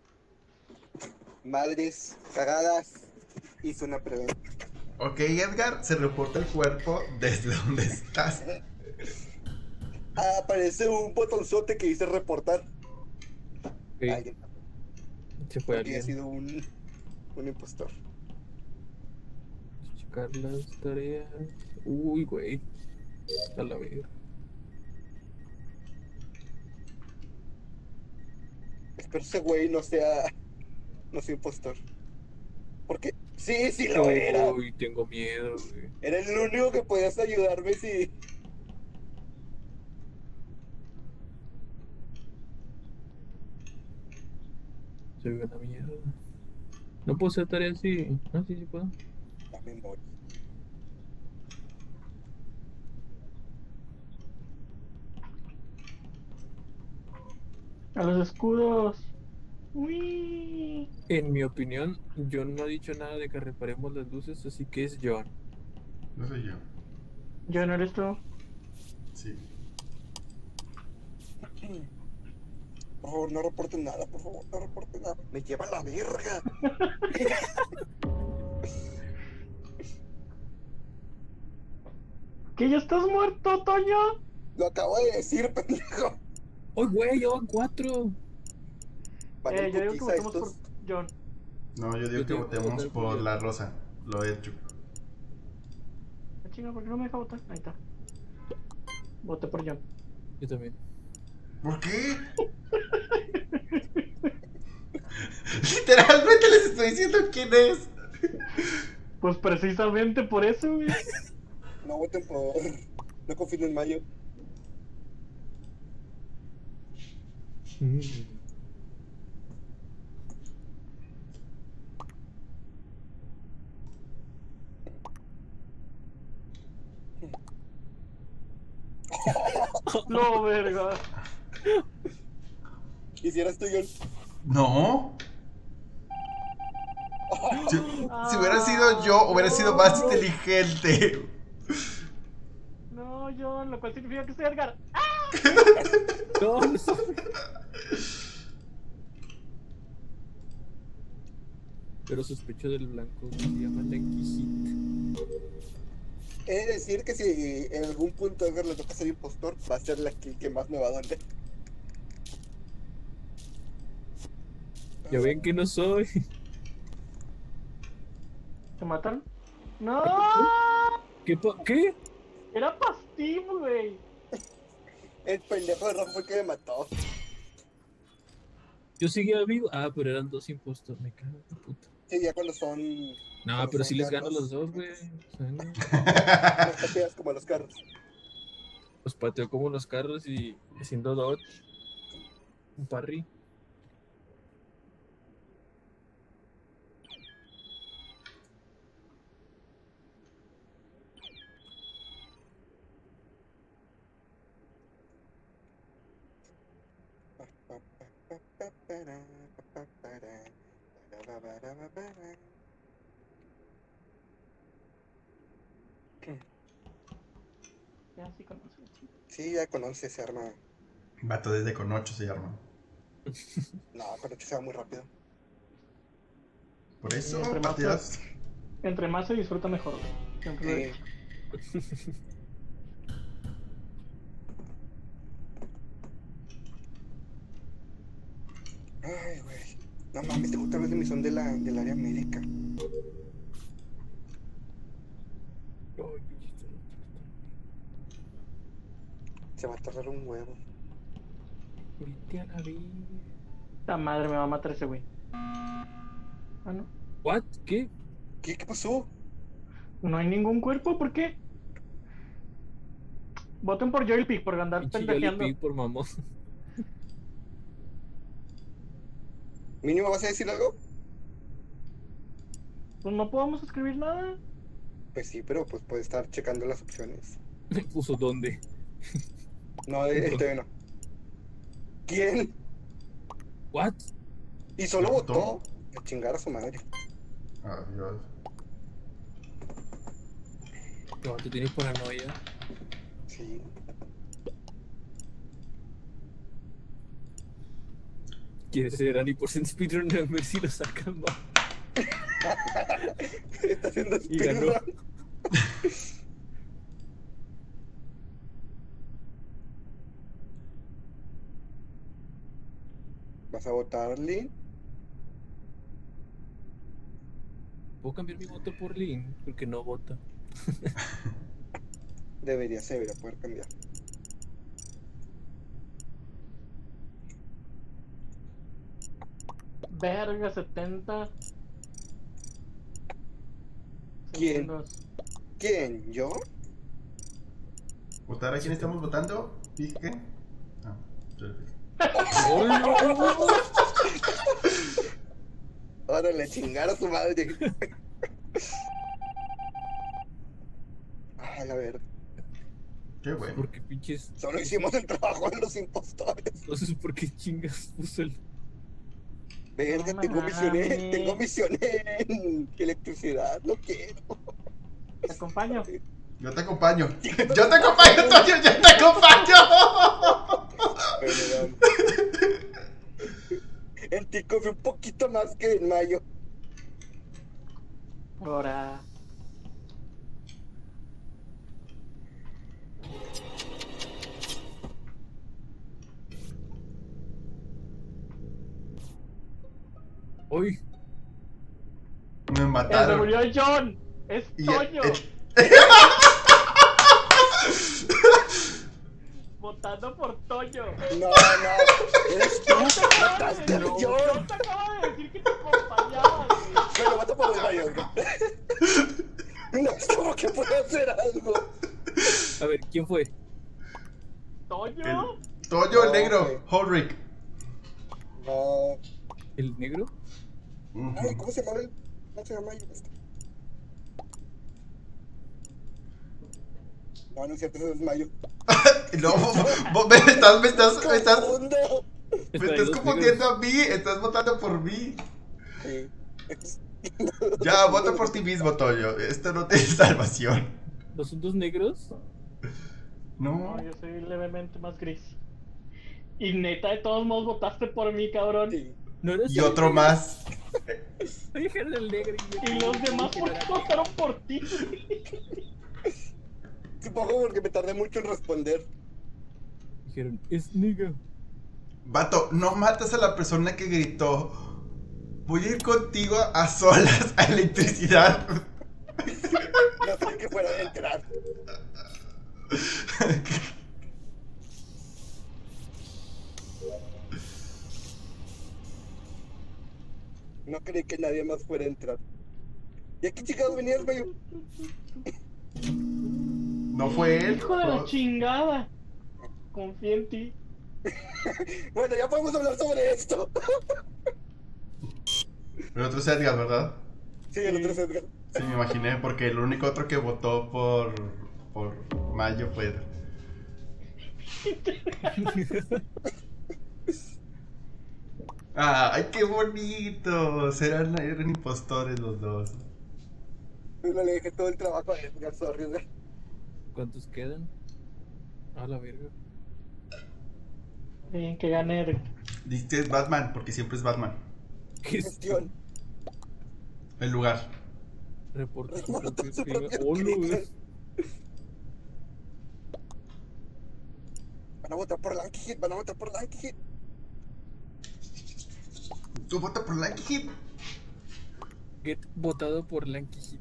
madres, cagadas, hizo una pregunta.
Ok, Edgar, se reporta el cuerpo desde donde estás.
Aparece un botonzote que dice reportar. Alguien
Se fue
había
alguien.
sido un, un impostor.
Checar las tareas. Uy, güey. A la verga.
Espero ese güey no sea, no sea impostor. Porque sí, sí lo era.
Uy, tengo miedo, güey.
Era el único que podías ayudarme si.
Soy una mierda. No puedo hacer tareas así. No, sí, sí puedo.
La memoria.
A los escudos. Uy.
En mi opinión, John no ha dicho nada de que reparemos las luces, así que es John.
No soy yo.
Yo no eres tú.
Sí.
Por favor, no reporten nada, por favor, no reporten nada. Me lleva la verga.
¿Que ya estás muerto, Toño?
Lo acabo de decir, pendejo.
¡Ay, güey! ¡Ya van cuatro!
Vale,
eh, yo digo que
cotiza
votemos
estos.
por John.
No, yo digo
Yo
que
digo que
votemos
votar por
por
yo.
la rosa. Lo he hecho.
Ah, Chinga, ¿por qué no me deja votar? Ahí está. Voté por John.
Yo también.
¿Por qué? Literalmente les estoy diciendo quién es.
Pues precisamente por eso, güey.
No voten por. No confíen en Mayo.
Mm.
No, verga.
Hicieras tú, John.
No. Si, si hubiera sido yo, hubiera
Ah,
sido más inteligente.
No, John, lo cual significa que soy Edgar.
¡No! Pero sospecho del blanco, se llama Lanquisit.
He de decir que si en algún punto Edgar le toca ser impostor, va a ser la que, que más me va a doler.
Ya ven que no soy.
¿Te mataron? ¡No!
¿Qué? pa- ¿Qué?
Era Pastim, güey.
El pendejo de Rafa fue el que me mató.
Yo seguía vivo. Ah, pero eran dos impostos, me cago en la puta.
Sí, ya cuando son.
No,
Pero
pero
son
sí les
carros.
gano a los dos, güey. O sea, no.
Las partidas como los carros.
Los pateó como los carros y haciendo dodge. Un parry.
Ya sí conozco.
Sí, ya con 11 se arma.
Vato desde con 8 se llama.
No, con 8 se va muy rápido.
Por eso,
Entre más
partidas.
Entre más se disfruta mejor, güey. Siempre lo he
Eh,
dicho.
Ay, güey. No mames, tengo que hablar de mi son de la, del área médica. Se va a tardar un huevo.
Vete a la vida.
La madre me va a matar ese güey. Ah, no.
¿What? ¿Qué?
¿Qué, qué pasó?
No hay ningún cuerpo, ¿por qué? Voten por Joel Pick, por andar
Pinche yo le
pendejeando.
pedí por mamón.
¿Mínimo vas a decir algo?
Pues no podemos escribir nada.
Pues sí, pero pues puede estar checando las opciones.
Me puso dónde.
No, eh, eh, todavía no. ¿Quién?
¿What?
Y solo
¿Votó?
votó a chingar a su madre.
Adiós.
No, tú tienes paranoia.
Sí.
¿Quién será ni por speedrunner si lo sacan? va.
Está haciendo este
Y ganó.
speedrun. ¿Vas a votar, Lin?
¿Puedo cambiar mi voto por Lin? Porque no vota.
Debería, se debería poder cambiar.
Verga, 70.
¿Quién?
Segundos.
¿Quién? ¿Yo?
¿Votar a quién estamos votando? ¿Dije? Ah, yo le dije.
Órale, chingar a su madre. Ay, la verdad.
Qué bueno.
Porque pinches.
Solo hicimos el trabajo de los impostores.
Entonces, ¿por qué chingas puso el.
Verga,
No
tengo misiones,
mames.
tengo misiones en electricidad, lo quiero.
Te acompaño.
Yo te acompaño. Yo te acompaño, Toño, yo te acompaño.
Perdón. En ti confío un poquito más que en Mayo.
Ahora.
¡Uy!
Me
¡Eh, Se
mataron.
murió John. Es
Ah, Y-
Toño.
eh,
Votando por Toño.
No, no. Eres tú. Mataste a
Yo
yo.
te acabo de decir que te acompañaba, güey.
Bueno, mato por el Mayo. No es como que pueda hacer algo.
A ver, ¿quién fue?
Toño.
Toño el
No,
negro,
güey.
Holrick.
No.
¿El negro?
Pues
Ay,
Ujú.
¿cómo se llama el? ¿Cómo se llama el- este? No, no es cierto, ese es Mayo.
No, vos- vos me estás, me estás, me estás,
¡Confundo!
me
Está,
estás
los
confundiendo a mí, estás votando por mí.
Sí. Este, Es-
Ya, vota por ti mismo, Toño. Esto no tiene salvación.
negros- ¿Los son dos negros?
No.
No, yo soy levemente más gris. Y neta, de todos modos votaste por mí, cabrón.
Sí.
¿No eres
Y otro más.
Dije el negro. yo-
Y los demás, ¿por qué votaron por ti?
Supongo porque me tardé mucho en responder.
Dijeron, es negro.
Vato, no matas a la persona que gritó. Voy a ir contigo a solas a electricidad.
No sé que fuera de entrar. No creí que nadie más fuera a entrar. ¿Y aquí chicos venías, Mayo?
No fue él.
Hijo de la
fue-
chingada. Confía en ti.
Bueno, ya podemos hablar sobre esto.
El otro es Edgar, ¿verdad?
Sí, el otro es Edgar.
Sí, me imaginé, porque el único otro que votó por, por Mayo fue Edgar. ¡Ay, qué bonito! Serán eran impostores los dos.
Yo le dejé todo el trabajo a Edgar, sorry, Edgar.
¿Cuántos quedan? A la verga.
Bien, que gane Eric.
Dice Batman, porque siempre es Batman.
¿Qué es?
Gestión.
El lugar.
Reporta su
Reporta
propio Oh,
su
crimen.
propio
¡Hola,
crimen.
güey!
Van a votar por Lanky Hit, van a votar por Lanky Hit.
Tú vota por Lucky Hit.
Get votado por Lanky Hit.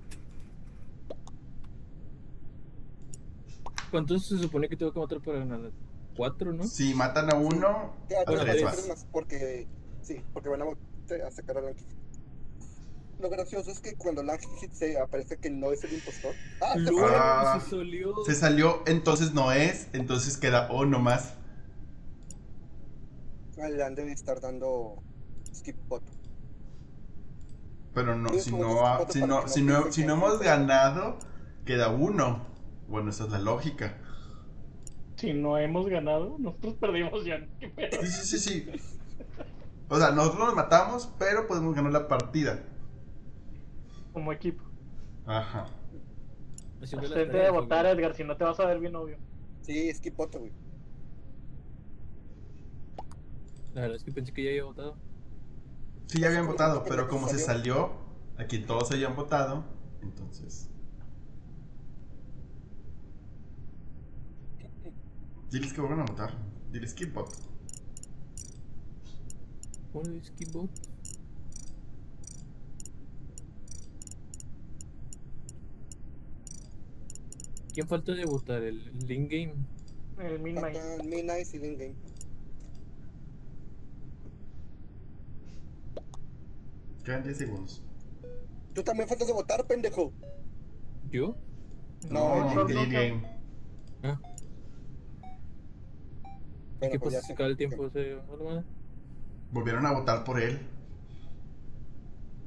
¿Cuántos se supone que tengo que matar para ganar? ¿Cuatro,
¿Mm?
no?
Si matan a uno,
Ya,
a
pero
tres
tres
más.
más, porque sí, porque van a, vot- a sacar a Lanky Hit. Lo gracioso es que cuando Lanky Hit se aparece que no es el impostor. Ah, se
¡Lol!
fue.
Ah.
¡Se solió!
Se salió, entonces no es, entonces queda O nomás.
Ah, Le han de estar dando skip bot.
Pero no,
Sí,
si
como
no,
dices,
ha-
voto
si
para
no,
que
si
no
no,
piense
si
que
no
hay
hemos
gente.
ganado, queda uno. Bueno, esa es la lógica.
Si no hemos ganado, nosotros perdimos ya. ¿Qué pedo?
Sí, sí, sí, sí. O sea, nosotros nos matamos, pero podemos ganar la partida.
Como equipo.
Ajá.
Haciendo las
Abstente de
tareas,
votar,
güey.
Edgar, si no te vas a ver bien obvio.
eh.
Sí, skip bot, güey.
La verdad es que pensé que ya había votado.
Sí, ya habían
Pues,
votado, pero como se salió a quien todos hayan votado, entonces. Diles que vuelvan a votar. Diles que voto.
¿Cuál es Skip Vote? ¿Quién falta de votar? ¿El el Link Game?
El min main.
Faltan Midnight y Link Game.
Quedan 10 segundos.
Tú también faltas de votar, pendejo.
¿Yo?
No,
No,
no,
Link
no,
Link Game.
¿Y qué
pues
pasa
ya
si
se-
cada el tiempo se va a la madre?
Volvieron a votar por él.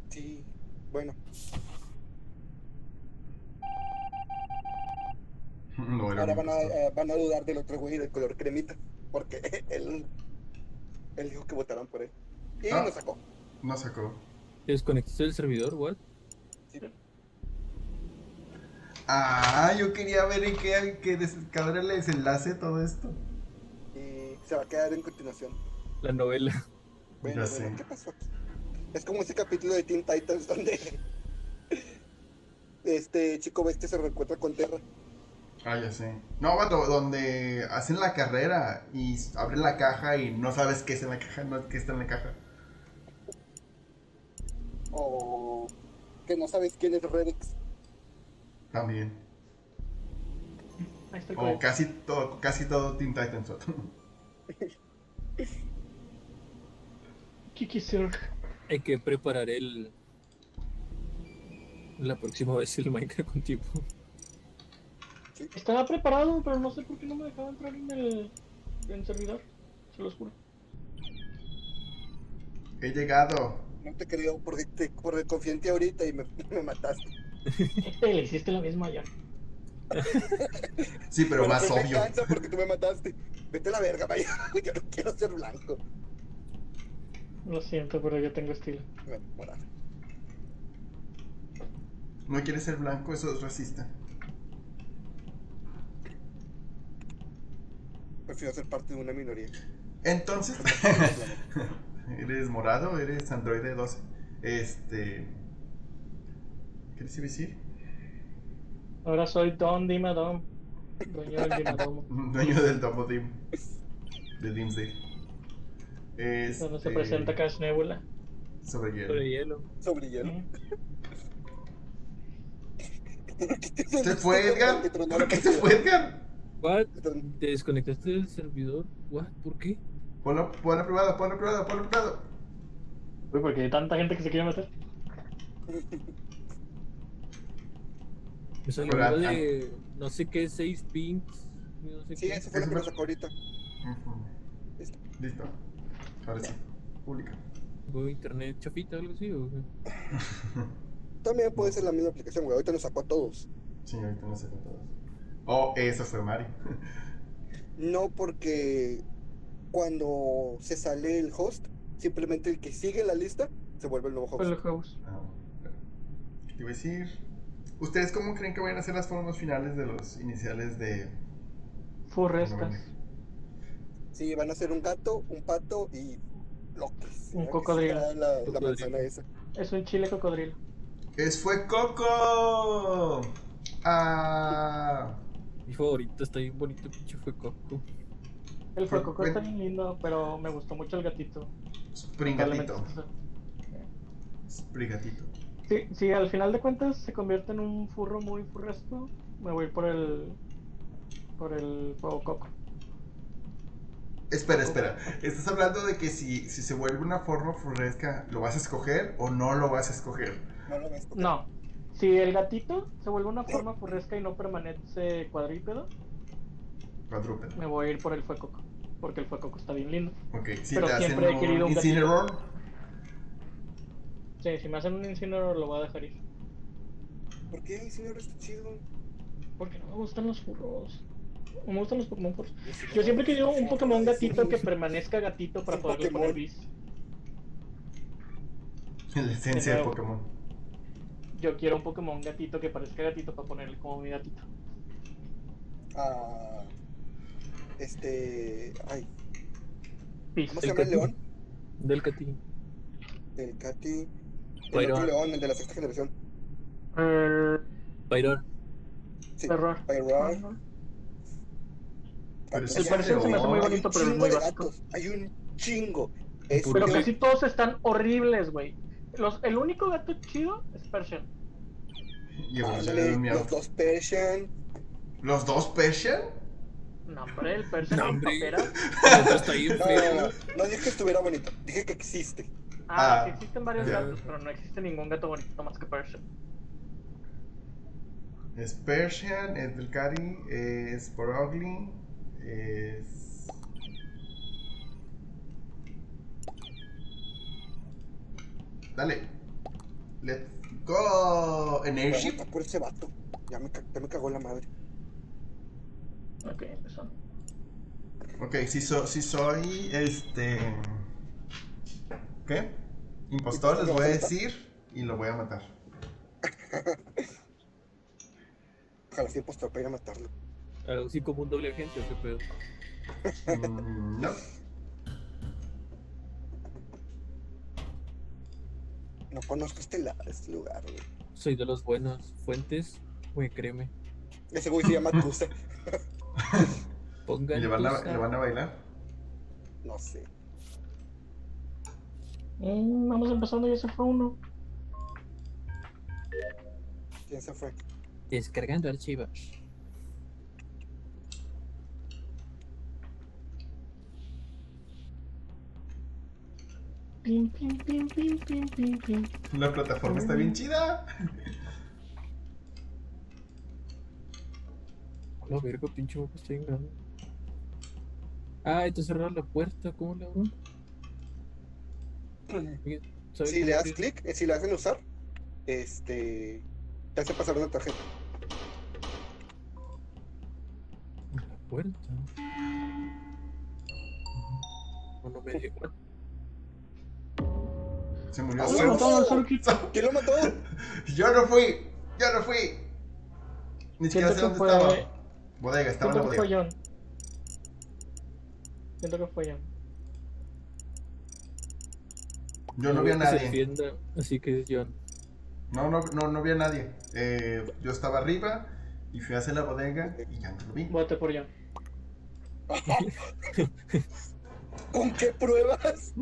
Sí, bueno.
No era
Ahora
el
van a,
impostor.
eh, van a dudar del otro güey del color cremita, porque él, él dijo que votarán por él. Y
Ah.
lo sacó.
No sacó.
¿Te desconectaste del servidor? ¿What?
Ah, yo quería ver en qué, que desencadena el desenlace de todo esto.
Y se va a quedar en continuación.
La novela.
Bueno,
Ya
bueno,
sé.
¿qué pasó aquí? Es como ese capítulo de Teen Titans donde este chico bestia se reencuentra con Terra.
Ah, ya sé. No, vato, donde hacen la carrera y s- abren la caja y no sabes qué es en la caja, no es qué está en la caja.
O que no sabes quién es Redix.
También.
Ahí está el
O
cohete.
casi todo, casi todo Teen Titans. vato.
Kiki Sir.
Hay que preparar el. La próxima vez el Minecraft con tipo.
Estaba preparado, pero no sé por qué no me dejaba entrar en el, en el servidor. Se los juro.
He llegado.
No te creo porque, te, porque confié en ti ahorita y me, me mataste.
Este le hiciste la misma ya.
Sí, pero más
fue
obvio.
venganza porque tú me mataste. Vete a la verga, vaya. Yo no quiero ser blanco.
Lo siento, pero yo tengo estilo.
Me voy a morar.
No quieres ser blanco, eso es racista.
Prefiero ser parte de una minoría.
Entonces, eres morado, eres androide 12. Este. ¿Qué les iba a decir?
Ahora soy Don Dimadom. Dueño del Dimadomo.
Dueño del Domo Dim. De Dimsday. Este,
Donde se presenta Cash Nebula.
Sobre hielo.
Sobre hielo.
Sobre hielo.
¿Se fue Edgar? ¿Por qué se fue Edgar?
¿What? ¿Te desconectaste del servidor? ¿What? ¿Por qué?
Ponlo, ponlo privado, ponlo privado, ponlo privado.
Uy, porque hay tanta gente que se quiere meter.
Me salió
Hola,
algo de. No sé qué, 6 pings. No sé
Sí,
qué.
eso fue lo que me sacó ahorita.
Ujú.
Listo.
Listo. Ahora sí. Pública.
Fue internet chafita o algo así. ¿o qué?
También puede ser la misma aplicación, güey. Ahorita nos sacó a todos.
Sí, ahorita no sé con todos. Oh, eso fue Mari.
No porque cuando se sale el host, simplemente el que sigue la lista se vuelve el nuevo host.
Fue el house.
Ah, ¿Qué te iba a decir? ¿Ustedes cómo creen que vayan a ser las formas finales de los iniciales de.
Furrestas.
Sí, van a ser un gato, un pato y lo que sea
Un
que
cocodrilo.
sea La, la
Cocodrilo.
manzana esa.
Es un chile cocodrilo.
¡Es fue Coco! ¡Ah!
Mi favorito, está bien bonito, pinche fue Coco.
El
Fue-
foco
fue-
está bien lindo, pero me gustó mucho el gatito.
Springatito.
Probablemente-
Springatito.
Sí, sí, al final de cuentas se convierte en un furro muy furresco. Me voy por el. por el fuego coco.
Espera, espera. Estás hablando de que si, si se vuelve una forma furresca, ¿lo vas a escoger o no lo vas a escoger?
No lo ves. porque
No. Si el gatito se vuelve una forma furresca y no permanece cuadrípedo,
Cuadrúpedo.
me voy a ir por el fuego coco. Porque el fuego coco está bien lindo.
Ok, si
Pero
te hacen
siempre he querido
un
un gatito.
Incineroar,
Sí, si me hacen un incinerador lo voy a dejar ir.
¿Por qué, señor? Está chido.
Porque no me gustan los furros. No me gustan los Pokémon furros. Yo siempre he querido un Pokémon gatito que permanezca gatito para
Un
poderle poner
Pokémon.
bis.
la esencia
De
de
nuevo.
Pokémon.
Yo quiero un Pokémon gatito que parezca gatito para ponerle como mi gatito.
Ah, este. Ay,
Bis.
¿cómo se llama el
catú.
león?
Del Cati.
Del Katy. El
Byron.
otro león, el de la sexta generación.
Eh,
Byron.
Sí.
Error.
Byron.
Pero
Ah,
sí
ya,
parece que se me hace muy
hay un
bonito, pero es
chingo
muy
de
básico.
gatos, Hay un chingo. Es
Pero Ok.
Pero
que- ah,
casi todos están horribles, güey. Los- El único gato chido es Persian.
Y evolucioné
Ándale,
un miau.
los dos Persian.
¿Los dos Persian?
No, hombre, el Persian
No,
con
hombre.
paperas.
El otro está ahí
No, no, no,
feo.
no, no dije que estuviera bonito, dije que existe.
Ah,
Ah,
sí existen varios
ya.
gatos, pero no existe ningún gato bonito más que Persian.
Es Persian, es Delcari, es Borogli, es. Dale. Let's go. En
Me voy a
Airship.
votar por ese vato. Ya me, ca- ya me cagó la madre.
Ok, eso.
Ok, si, so- si soy este. ¿Qué? Impostor, les voy a decir y lo voy a matar.
Ojalá sea impostor para ir a matarlo.
Algo así como un doble agente o qué pedo.
Mm, no.
No conozco este, la- este lugar, güey.
Soy de los buenos. Fuentes, güey, créeme.
Ese güey se llama Tusa.
¿Y
Pongan.
le van, a,
tus-
le van a bailar?
No sé.
Mm, vamos empezando, ya se fue uno.
¿Quién se fue?
Descargando archivos.
Pim, pim, pim, pim, pim, pim, pim.
La plataforma está bien chida.
La verga, pinche moco está bien grande. Ah, y te cerraron la puerta, ¿cómo le hago? ¿Sabe
Si
cómo
le das
abrir?
clic, eh, si le hacen usar, este. Te hace pasar una tarjeta.
La puerta. No, no me dio.
Se murió
Vamos,
Uy,
Zeus.
mataron al Sorkit.
¿Quién lo mató?
Pues Yo no fui, yo no fui. Ni siquiera
Siento
sé dónde
que fue-
estaba. Bodega, estaba en la
Siento que fue
bodega.
John. Siento que fue John.
Yo no vi a
Que se
nadie.
defienda, así que yo.
No, no, no, no vi a nadie. Eh, yo estaba arriba y fui hacia la bodega y ya no lo vi.
Vote por John.
¿Con qué pruebas?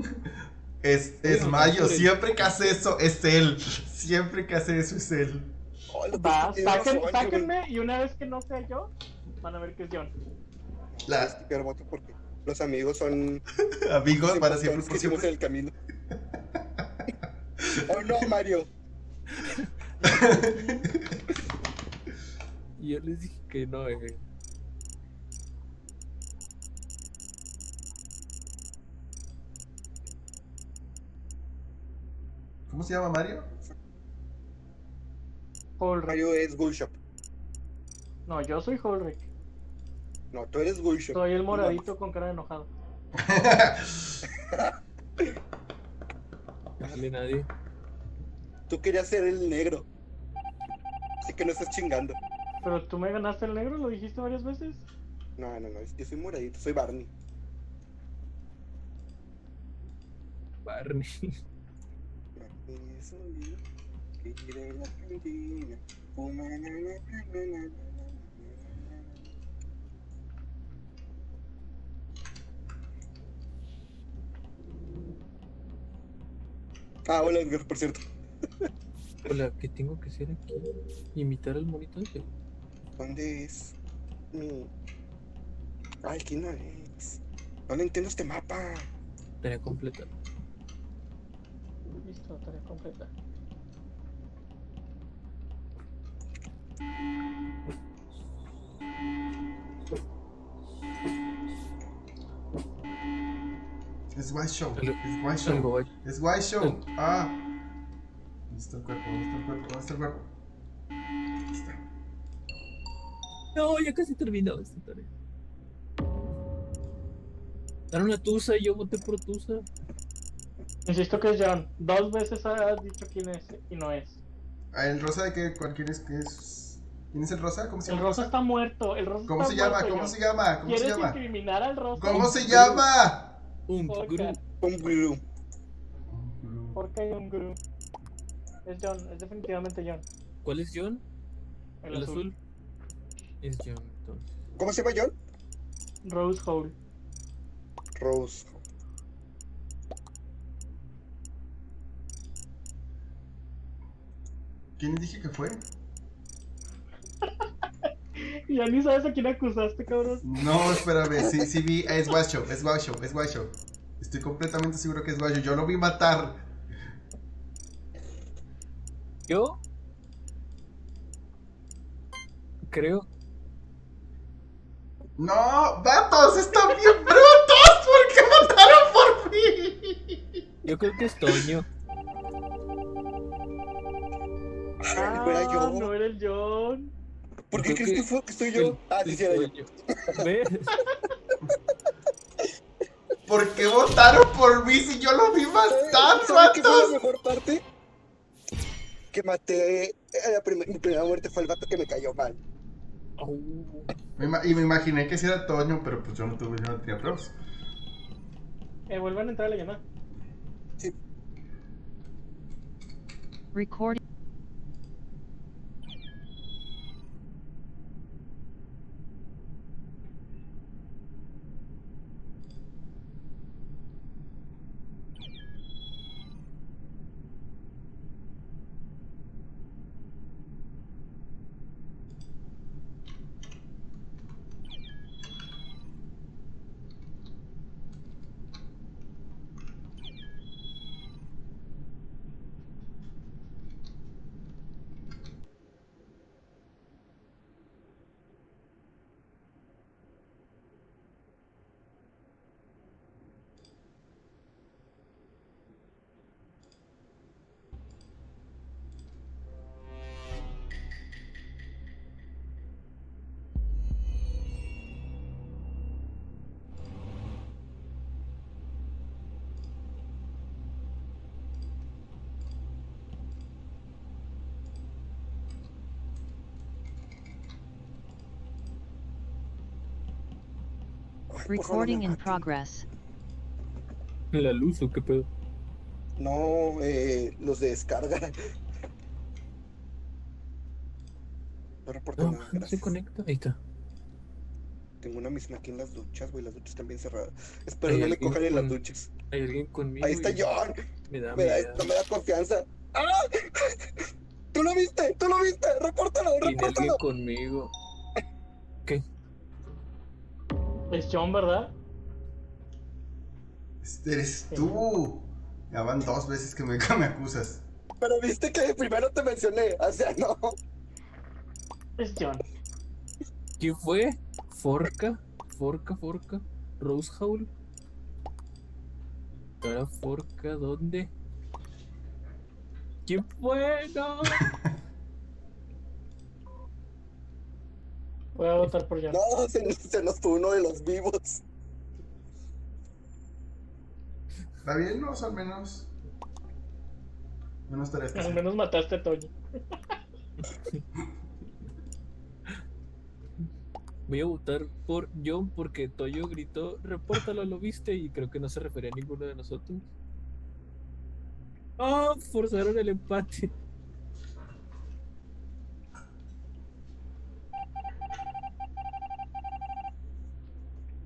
Es, es
Bueno,
Mayo,
entonces-
siempre que hace eso es él. Siempre que hace eso es él.
Oh, lo
Va,
que tiene
saquen-
razón, güey.
sáquenme y una vez que no sea yo, van a ver que es John.
Es
La,
que peor voto porque los amigos son
amigos, para
importantes
siempre,
que
por
hicimos en
siempre.
el camino. oh no, Mario.
Y yo les dije que no, eh.
¿Cómo se llama Mario?
Holrick.
Mario es Gullshop.
No, yo soy Holrick.
No, tú eres Gullshop.
Soy el moradito con cara de enojado.
No sale nadie.
Tú querías ser el negro. Así que no estás chingando.
Pero tú me ganaste el negro, lo dijiste varias veces.
No, no, no. Yo soy moradito, soy Barney.
Barney.
Barney es un niño que quiere la cantina. Fuma, na, na, na, na, na, na, na, na, na. Ah, hola Edgar, por cierto.
Hola, ¿qué tengo que hacer aquí? Imitar al monito ese.
¿Dónde es mi...? Ay, ¿qué no es? No le entiendo este mapa.
Tarea completa.
Listo, tarea completa.
Es White Show.
Algo-
Es White Show.
Algo va-
Es White Show. Ah. ¿Dónde está el cuerpo? ¿Dónde está el cuerpo? ¿Dónde está el cuerpo? Aquí está.
No, ya casi terminó esta tarea. Dar una tusa y yo voté por tusa.
Insisto que es John. Dos veces has dicho quién es y no es.
Ah, ¿El rosa de qué? ¿Cuál quién es? ¿Qué es? ¿Quién es el rosa? ¿Cómo se
El
llama?
rosa está muerto. El rosa
¿Cómo
está
se llama?
muerto,
¿Cómo
John.
se llama? ¿Cómo se
¿Quieres
llama?
incriminar al rosa?
¿Cómo se llama?
Un
Podcast.
gurú.
Un glu.
Porque hay un gurú. Es John, es definitivamente John.
¿Cuál es John?
El, azul.
Es John, entonces.
¿Cómo se llama John?
Rose Hole.
Rose.
¿Quién dije que fue?
Ya ni sabes a quién acusaste, cabrón.
No, espérame, sí, sí vi, es Guacho, es Guacho, es Guacho. Estoy completamente seguro que es Guacho, yo lo vi matar.
Yo creo.
No, vatos, están bien brutos, ¿por qué mataron por mí?
Yo creo que es Toño.
Ah, no era yo.
no era el John.
¿Por qué
creo
crees
que-
que, fue, que soy yo? Ah, sí, sí, era yo.
¿Ves?
¿Por qué votaron por mí si yo lo vi matar,
¿Sabes qué fue la
vatos?
mejor parte? Que maté. a la prim- mi primera muerte fue el vato que me cayó mal.
Au.
Me ima- y me imaginé que si era Toño, pero pues yo no tuve, yo no tenía pruebas.
Eh, vuelvan a entrar a la llamada.
Recording.
Ay, por favor, no
Recording
me
in
maten.
progress.
La luz o qué pedo.
No, eh, los de descarga. No reporto
No,
nada,
no se
Ah, gracias.
conecta. Ahí está.
Tengo una misma aquí en las duchas, güey. Las duchas están bien cerradas. Espero
Hay
no me
alguien
cojan en las
con-
duchas.
Hay alguien conmigo.
Ahí está
y
John.
Me da
Me da-
miedo.
no me da confianza. ¡Ah! ¡Tú lo viste! ¡Tú lo viste! ¡Repórtalo!
Tiene alguien
¡Repórtalo!
conmigo.
Es John, ¿verdad?
Este eres tú. Ya van dos veces que me, que me acusas.
Pero viste que primero te mencioné. O sea, no.
Es John.
¿Quién fue? Forca. Forca, Forca. Rose Howl. ¿Para Forca dónde? ¿Quién fue? No.
Voy a votar por John.
No, se, se nos fue uno de los vivos.
¿Está bien, no? O sea, al menos. Menos tareas. que
Al
hacer.
menos mataste a Toño.
Voy a votar por John porque Toyo gritó, repórtalo, lo viste, y creo que no se refería a ninguno de nosotros. ¡Ah! forzaron el empate.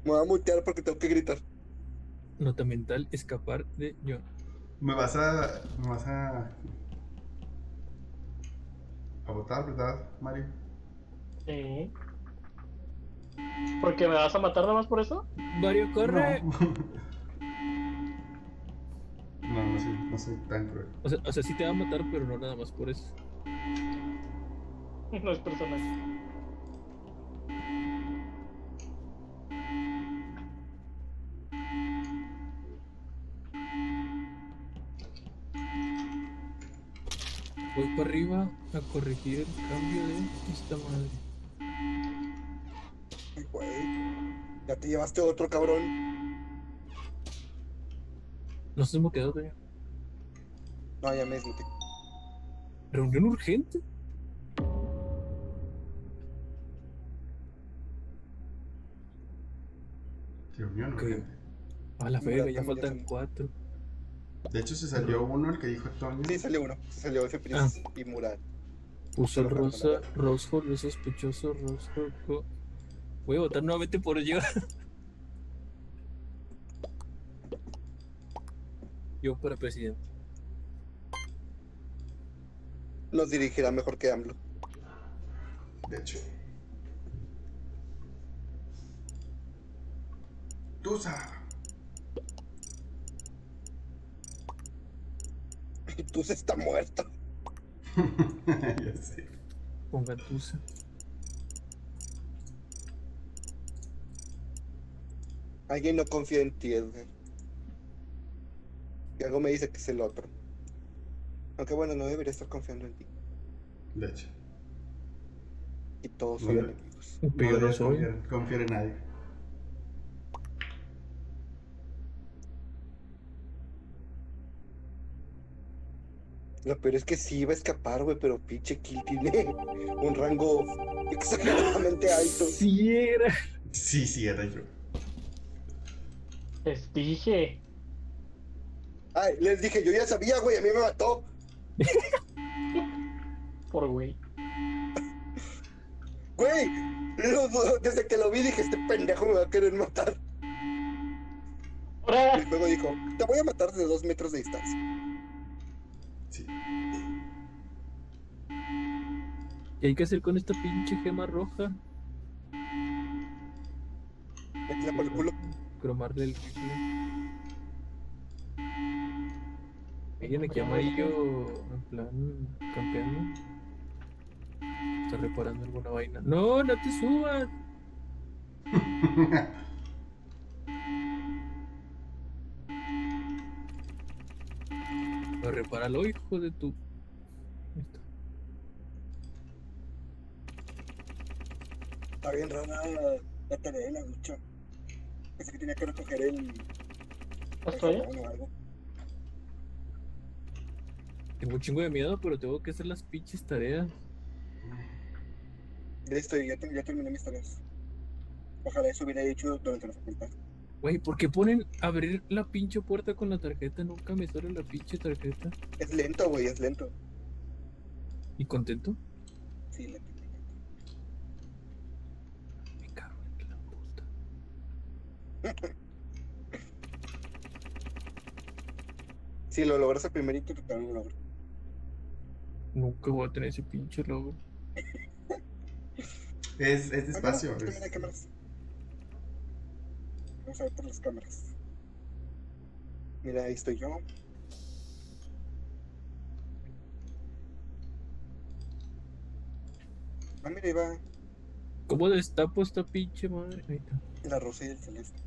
Me voy a mutear porque tengo que gritar.
Nota mental, escapar de John.
Me vas a. Me vas a. A votar, ¿verdad, Mario?
Sí. ¿Por qué me vas a matar nada más por eso?
Mario, corre.
No. No, no soy, no soy tan cruel.
O, sea, o sea, sí te va a matar, pero no nada más por eso.
No es personal.
Voy para arriba a corregir el cambio de esta madre.
Ay, güey. Ya te llevaste otro cabrón.
Nos hemos quedado, Toño.
No, ya me desmuteé.
¿Reunión urgente?
Reunión
Ok.
urgente.
A la
Ya
verga, ya
estamos, ya
faltan
estamos.
cuatro.
De hecho, se salió uno, el que dijo Toño.
Sí, salió uno. Salió F. Prince y Mural.
Uso rosa, Rosehold es sospechoso, Rosehold. co- Voy a votar nuevamente por yo. Yo para presidente.
Los dirigirá mejor que AMLO.
De hecho. Tusa.
Y tú se está muerto.
ya sé.
Con Gatusa.
Alguien no confía en ti, Edgar. Y algo me dice que es el otro. Aunque bueno, no debería estar confiando en ti.
De hecho.
Y todos son
Mira.
enemigos.
Pero
no
no
debes
soy.
confiar, confiar en nadie.
Lo peor es que sí iba a escapar, güey, pero pinche Kill tiene un rango exageradamente alto.
Sí, era.
Sí, sí, era yo.
Les dije.
Ay, les dije, yo ya sabía, güey, a mí me mató.
Por güey.
Güey, lo- lo- desde que lo vi dije, este pendejo me va a querer matar. Y
Ahora,
luego dijo, te voy a matar de dos metros de distancia.
Sí.
¿Qué hay que hacer con esta pinche gema roja?
Métela por el culo.
Cromarle el rifle. Miren aquí amarillo, en plan, campeando. Está reparando alguna vaina. No, no te subas. No, repáralo, hijo de tu. Ahí está.
Está bien rara la tarea de la lucha. Pensé que tenía que recoger el... el
¿hasta allá?
jabón o algo.
Tengo un chingo de miedo, pero tengo que hacer las pinches tareas.
Listo, ya, te- ya terminé mis tareas. Ojalá eso hubiera hecho durante la facultad.
Güey, ¿por qué ponen abrir la pinche puerta con la tarjeta? Nunca me sale la pinche tarjeta.
Es lento, güey, es lento.
¿Y contento?
Sí, lento.
Me cago en la puta.
Si lo logras al primer intento, pero no lo logro.
Nunca voy a tener ese pinche logo.
Es, es despacio.
Ah, mira, también hay
es-
cámaras. Vamos a ver por las cámaras. Mira, ahí estoy yo. Ah, mira, ahí va
¿Cómo destapo esta pinche madre? Ahí está.
la rosa y el celeste.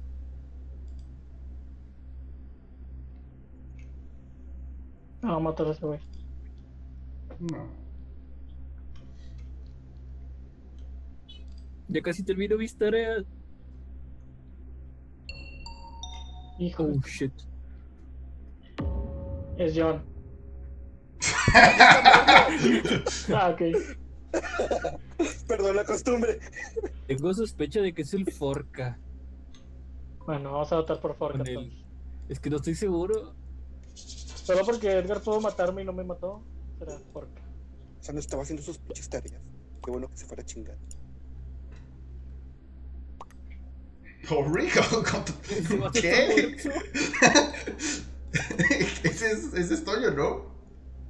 No, matar a ese güey.
No.
Ya casi termino mis tareas.
Hijo.
Oh shit.
Es John. Ah, ok.
Perdón la costumbre.
Tengo sospecha de que es el Forca.
Bueno, vamos a votar por Forca.
Con él.
entonces.
Es que no estoy seguro.
Solo porque Edgar pudo matarme y no me mató. Será Forca.
O sea, no estaba haciendo sus pinches tareas. Qué bueno que se fuera a chingar.
Oh, rico.
Ese vato
¿Qué?
está muerto.
ese, es, ese es Toño, ¿no?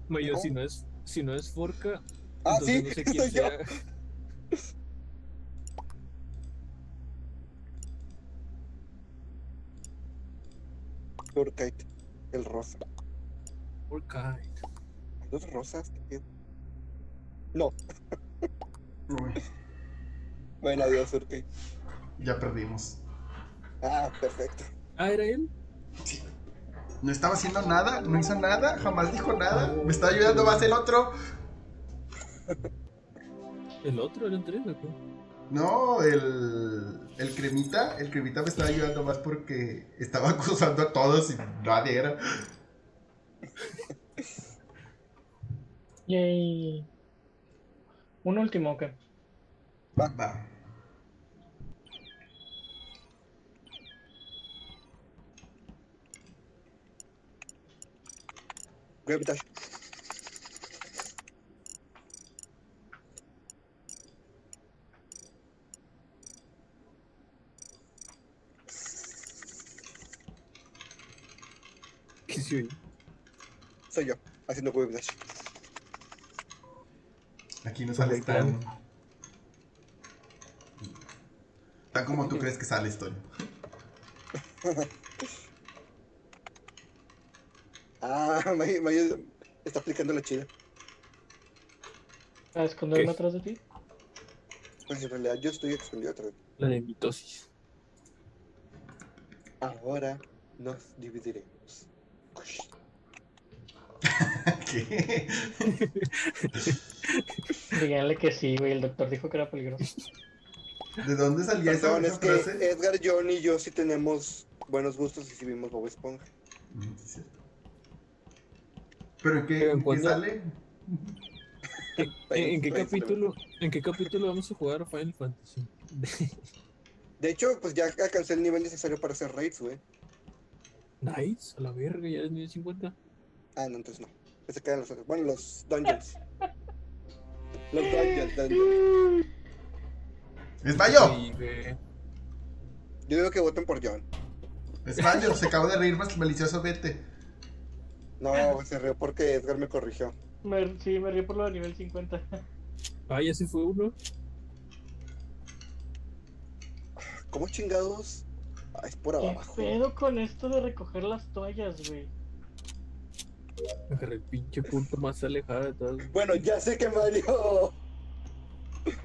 Güey, yo,
¿Cómo?
si no es, si no es Forca,
Ah, sí,
entonces no sé
soy
quién
yo.
sea.
Lorcaid, el rosa.
Forca.
Hay dos rosas. qué pedo. No,
Uy,
bueno, adiós, Lorcaid.
ya perdimos.
Ah, perfecto.
Ah, era él.
No estaba haciendo nada, no hizo nada, jamás dijo nada. Me está ayudando más el otro.
El otro, eran tres, ¿o qué?
No, el, el cremita, el cremita me estaba ayudando más porque estaba acusando a todos y nadie era.
Yay. Un último, ok.
Va.
Gravitas.
¿Qué se oye?
Soy yo, haciendo web dash.
Aquí no sales tan. Tan como tú crees que sale Toño.
Ah, May- Maya está aplicando la chida.
¿A esconderme
¿Qué?
atrás de ti?
Pues en realidad yo estoy expandido atrás.
La de mitosis.
Ahora nos dividiremos.
¿Qué?
Díganle que sí, güey. El doctor dijo que era peligroso.
¿De dónde salía esa
Perdón, es
esa
que
frase?
Edgar, John y yo sí tenemos buenos gustos y sí vimos Bob Esponja.
Mm, sí, es cierto. ¿Pero en qué,
Pero en
en qué
cuanto-
sale?
¿En, en qué
País, país,
capítulo, ¿En qué capítulo vamos a jugar Final Fantasy?
De hecho, pues ya alcancé el nivel necesario para hacer raids, güey.
Nice, a la verga, ya es 1050.
Ah, no, entonces no. Ese quedan los otros. Bueno, los dungeons. los dungeons, dungeons.
¡Es Mayo!
Sí, güey.
Yo digo que voten por John.
¡Es Mayo! Se acaba de reír más malicioso, vete.
No, se rió porque Edgar me corrigió.
Me- sí, me río por lo de nivel 50.
Ah, ya se fue uno.
¿Cómo chingados? Ah, es por
¿Qué
abajo.
pedo con esto de recoger las toallas, güey?
Agarré el pinche punto más alejado de todas.
Bueno, ya sé que Mario.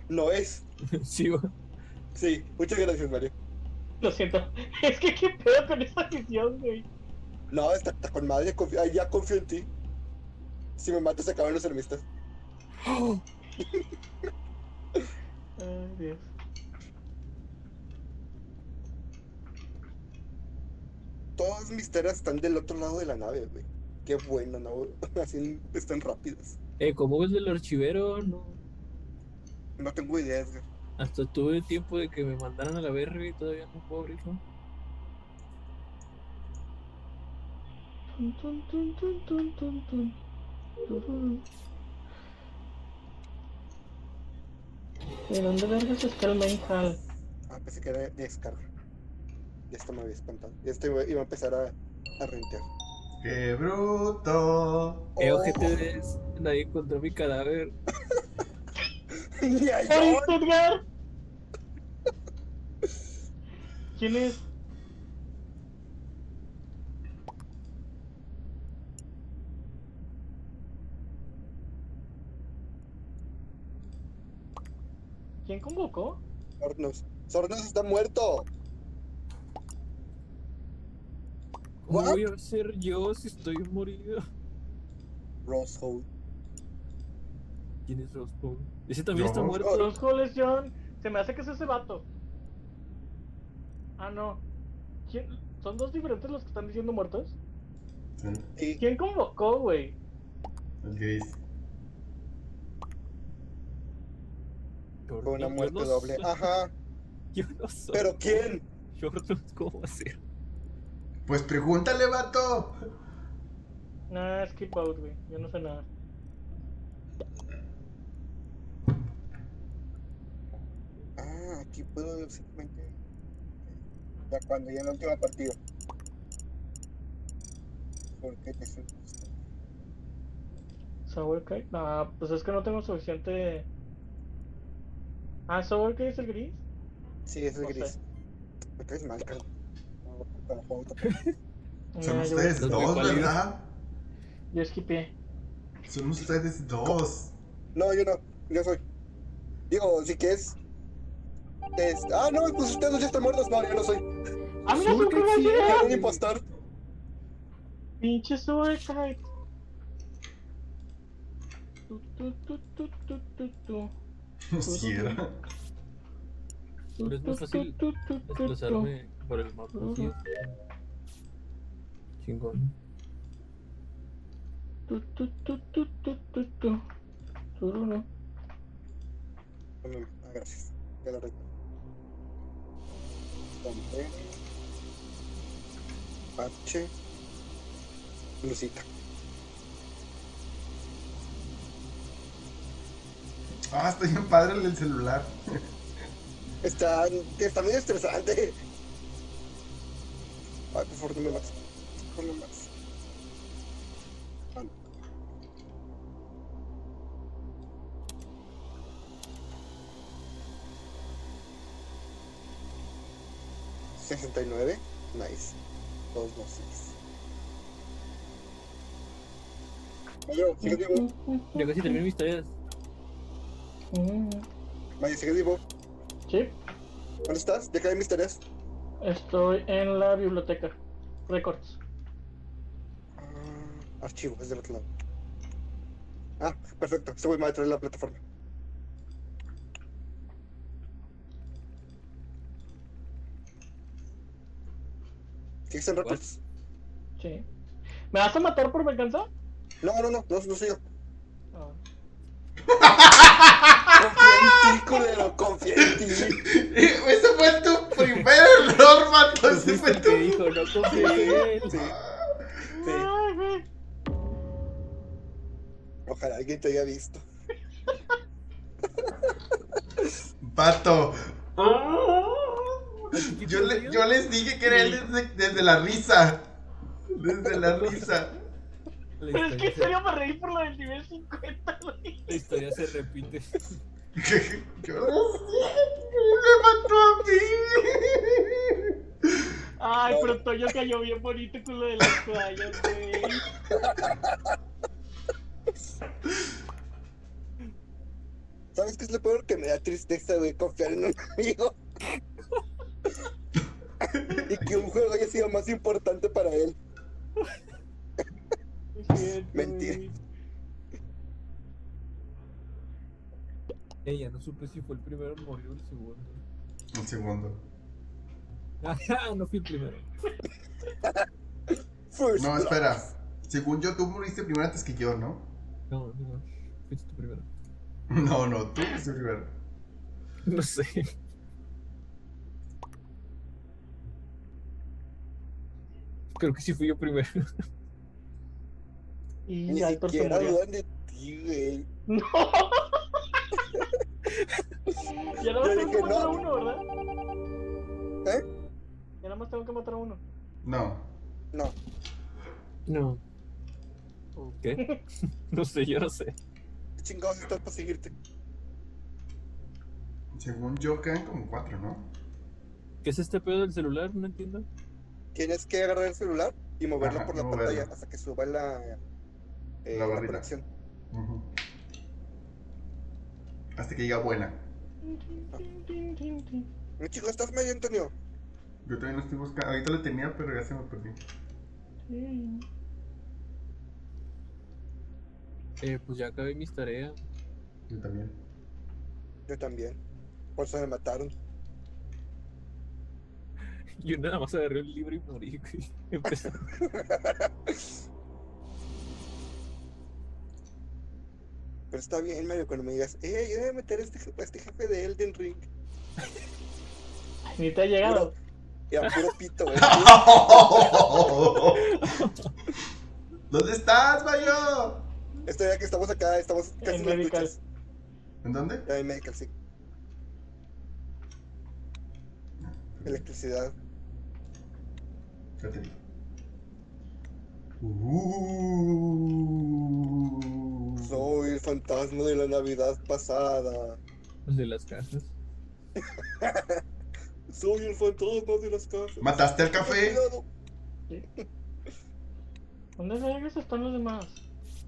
No es.
Sí, va.
Sí, muchas gracias, Mario.
Lo siento. Es que qué pedo con esta visión, güey.
No, está, está con madre. confi- ah, ya confío en ti. Si me matas, se acaban los enemistas.
Ay, Dios.
Todas mis teras están del otro lado de la nave, güey. Qué bueno, ¿no? Así están rápidas.
Eh, ¿cómo ves del archivero? No.
No tengo idea, Edgar.
Hasta tuve tiempo de que me mandaran a la verga y todavía no puedo abrirlo.
Oh.
Tun, tun, tun, tun, tun, tun, tun. Tururú. ¿De dónde vergas está el main hall?
Ah, pensé que era de descarga. Ya esto me había espantado. Ya esto iba, iba a empezar a, a rentear.
¡Qué bruto!
Eh,
Oh,
ojete, es- nadie encontró mi cadáver.
ni a John.
¡Eres Edgar! ¿Quién es? ¿Quién convocó?
Sornos. Sornos está muerto.
¿Cómo
What?
voy a ser yo si estoy morido?
Rosehole.
¿Quién es Rospo? Ese también
Yo.
está muerto.
Los goles, John. Se me hace que es ese vato. Ah, no. ¿Quién? ¿Son dos diferentes los que están diciendo muertos?
Sí,
Sí.
¿Quién convocó, güey?
El gris.
Fue una
Yo
muerte
no
doble.
soy-
Ajá.
Yo no soy.
¿Pero quién?
Yo no- ¿cómo hacer?
Pues pregúntale, vato.
Nah, skip out, güey. Yo no sé nada.
Ah, aquí puedo simplemente. Ya cuando ya en la última partida. ¿Por qué te estoy
¿Sourcake? Nah, pues es que no tengo suficiente. Ah, ¿Sourcake es el gris?
Sí, ese es
No sé.
gris. Me caes mal, cabrón. No, te la pongo.
Son
Nah, yo,
ustedes
Los
dos,
mejores.
¿verdad?
yo skipeé.
Son ustedes dos.
No, yo no. Yo soy. Digo, si que es. es- Ah, no, pues ustedes ya están muertos. No, yo no soy.
¡Ah, mira,
Sourcake
Sourcake
sí
va a
Yo
llegar!
era un impostor.
¡Pinche Sourcake! Tu, tu, tu, tu, tu, tu, tu.
No cierra.
Pero es muy
Tu, tu,
fácil
tu, tu, tu, tu.
Desplazarme por el mapa. sí. Chingón.
Tu, tu, tu, tu, tu, tu, tu. Tururu.
Ah, gracias. Ya lo arreglo. Compré. Parche. Lucita.
Ah, está bien padre el del celular.
Está, está medio estresante. Ay, por favor, no me mates. Por favor, no me mates. ¿69? Nice. 226. Mayo, sigues vivo.
Ya casi termino mis tareas.
Mm,
Mayo, sigues vivo.
Sí,
¿Dónde estás? Ya caen mis tareas.
estoy en la biblioteca. Records.
Ah, archivo, es del otro lado. Ah, perfecto. Este güey me va a traer la plataforma. ¿Qué están
What?
records?
Sí. ¿Me vas a matar por venganza?
No, no, no, no, no soy yo.
Ah.
Confía en ti, culero, confía en ti.
Ese fue tu primer error, mato. Ese
Justo
fue
el que
tu.
dijo, no confié en él.
Ay, güey.
Ojalá alguien te haya visto.
Pato. Yo, le- yo les dije que era él desde, desde la risa. Desde la risa.
La
Pero es que
Este,
historia
en
se-
serio me reí por lo del nivel 50, güey.
la historia se repite.
Yo les dije que me mató a mí.
Ay, pero Toño cayó bien bonito con lo de las toallas, güey.
¿Sabes qué es lo peor? Que me da tristeza, güey, confiar en un amigo. y que un juego haya sido más importante para él.
Lo siento,
Mentira.
güey.
Ella no supe si fue el primero en morir o el segundo.
Un segundo.
Ajá, no fui el primero.
First
No,
blood.
espera. Según yo, tú moriste primero antes que yo, ¿no?
No, no, no. Fuiste tú primero.
No, no, tú moriste primero.
No sé. Creo que sí fui yo primero.
Y
Ni
Aitor se
siquiera
murió.
dudan de ti, güey.
No. ya nada más
Yo
tengo que
dije,
matar a
no.
uno, ¿verdad?
¿Eh?
Ya nada más tengo que matar a uno.
No.
No,
No. ¿Qué? No sé, yo no sé.
¿qué chingados estás para seguirte?
Según yo, quedan como cuatro, ¿no?
¿Qué es este pedo del celular? No entiendo.
Tienes que agarrar el celular y moverlo
Ajá,
por la
moverlo.
pantalla hasta que suba la, eh,
La barrita.
conexión.
Ujú. Hasta que llega buena.
Mi chico, estás medio, Antonio.
Yo también lo estoy buscando. Ahorita lo tenía, pero ya se me perdió.
Eh, pues ya acabé mis tareas.
Yo también.
Yo también. Por eso me mataron.
Yo nada más agarré un libro y morí. güey. Empecé.
Pero está bien, Mario, cuando me digas, eh, ayúdame a meter a este, je- a este jefe de Elden Ring.
Ni te ha llegado.
Y a puro pito, güey.
¿Dónde estás, Mayo?
Esto ya que estamos acá, estamos casi
En
en las
medical.
duchas.
¿En dónde?
Ya en medical, sí. Electricidad.
Ya te digo. Uh.
Soy el fantasma de la Navidad pasada.
Los de las cajas.
Soy el fantasma de las casas.
¿Mataste al café?
Cuidado.
¿Dónde vergas están los demás?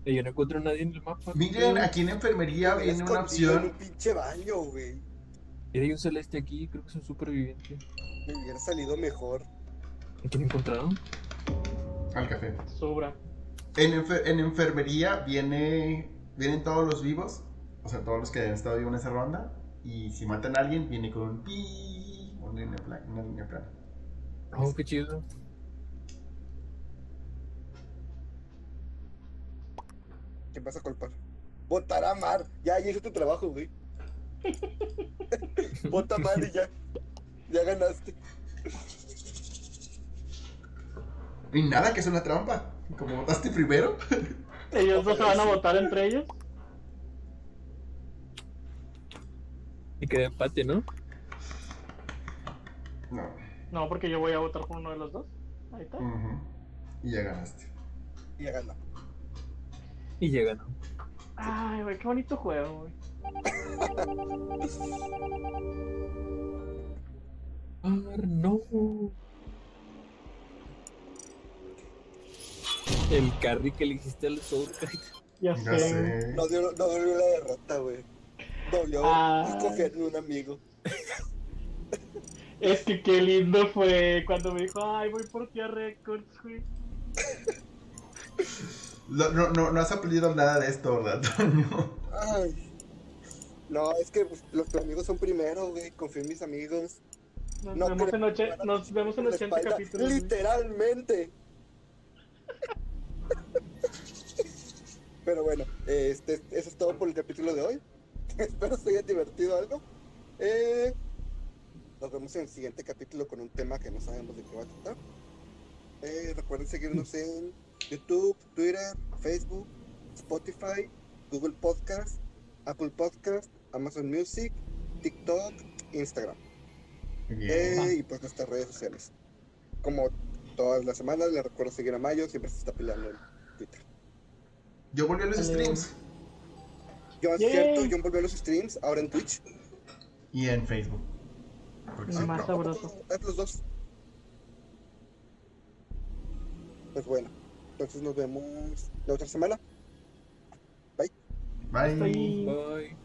Eh, yo no encuentro a nadie en el mapa.
Miren, aquí en enfermería
Me había
Ah, viene una
escondido En
opción.
un pinche baño, güey.
Y hay un celeste aquí, creo que es un superviviente.
Me hubiera salido mejor.
¿A quién encontraron?
Al café.
Sobra.
En, enfer- en enfermería viene, vienen todos los vivos, o sea, todos los que han estado vivos en esa ronda. Y si matan a alguien, viene con un pi, una línea plana. Una línea plana.
Oh, qué chido.
¿Qué vas a culpar? Votar a Mar. Ya, ya hice tu trabajo, güey. Vota a Mar y ya. Ya ganaste.
Y nada, que es una trampa. Como votaste primero.
Ellos dos se van a
Ojalá sí.
votar entre ellos.
Y queda empate, ¿no?
No.
No, porque yo voy a votar por uno de los dos. Ahí está.
Ujú. Y ya ganaste.
Y ya ganó.
Y ya ganó.
Ay, güey, qué bonito juego, güey.
Ah, no. El carry que le hiciste al Soulkite.
Ya
Ya
sé. güey.
sé.
No, dio- no dolió la derrota, güey. Dolió
Ah.
confiar en un amigo.
Es que qué lindo fue cuando me dijo, ay, voy por tía Records, güey.
Lo- No, no, no has aprendido nada de esto, ¿verdad, Toño?
Ay. No, es que pues, los amigos son primero, güey. Confío en mis amigos.
Nos
No
vemos
creo
en oche- nos vemos en
La
80
espalda,
capítulos. güey.
Literalmente. Pero bueno, este, eso es todo por el capítulo de hoy. Espero se haya divertido algo. Eh, nos vemos en el siguiente capítulo con un tema que no sabemos de qué va a tratar. Eh, recuerden seguirnos en YouTube, Twitter, Facebook, Spotify, Google Podcast, Apple Podcast, Amazon Music, TikTok, Instagram.
Bien.
Eh, y pues nuestras redes sociales. Como todas las semanas, les recuerdo seguir a Mayo, siempre se está peleando en Twitter.
Yo volví a los
Eh.
streams.
Yo, es
Yay.
cierto, yo volví a los streams, ahora en Twitch.
Y en Facebook. Porque
No
soy
más.
pro.
sabroso.
Haz los dos. Pues bueno, entonces nos vemos la otra semana.
Bye.
Estoy-
Bye.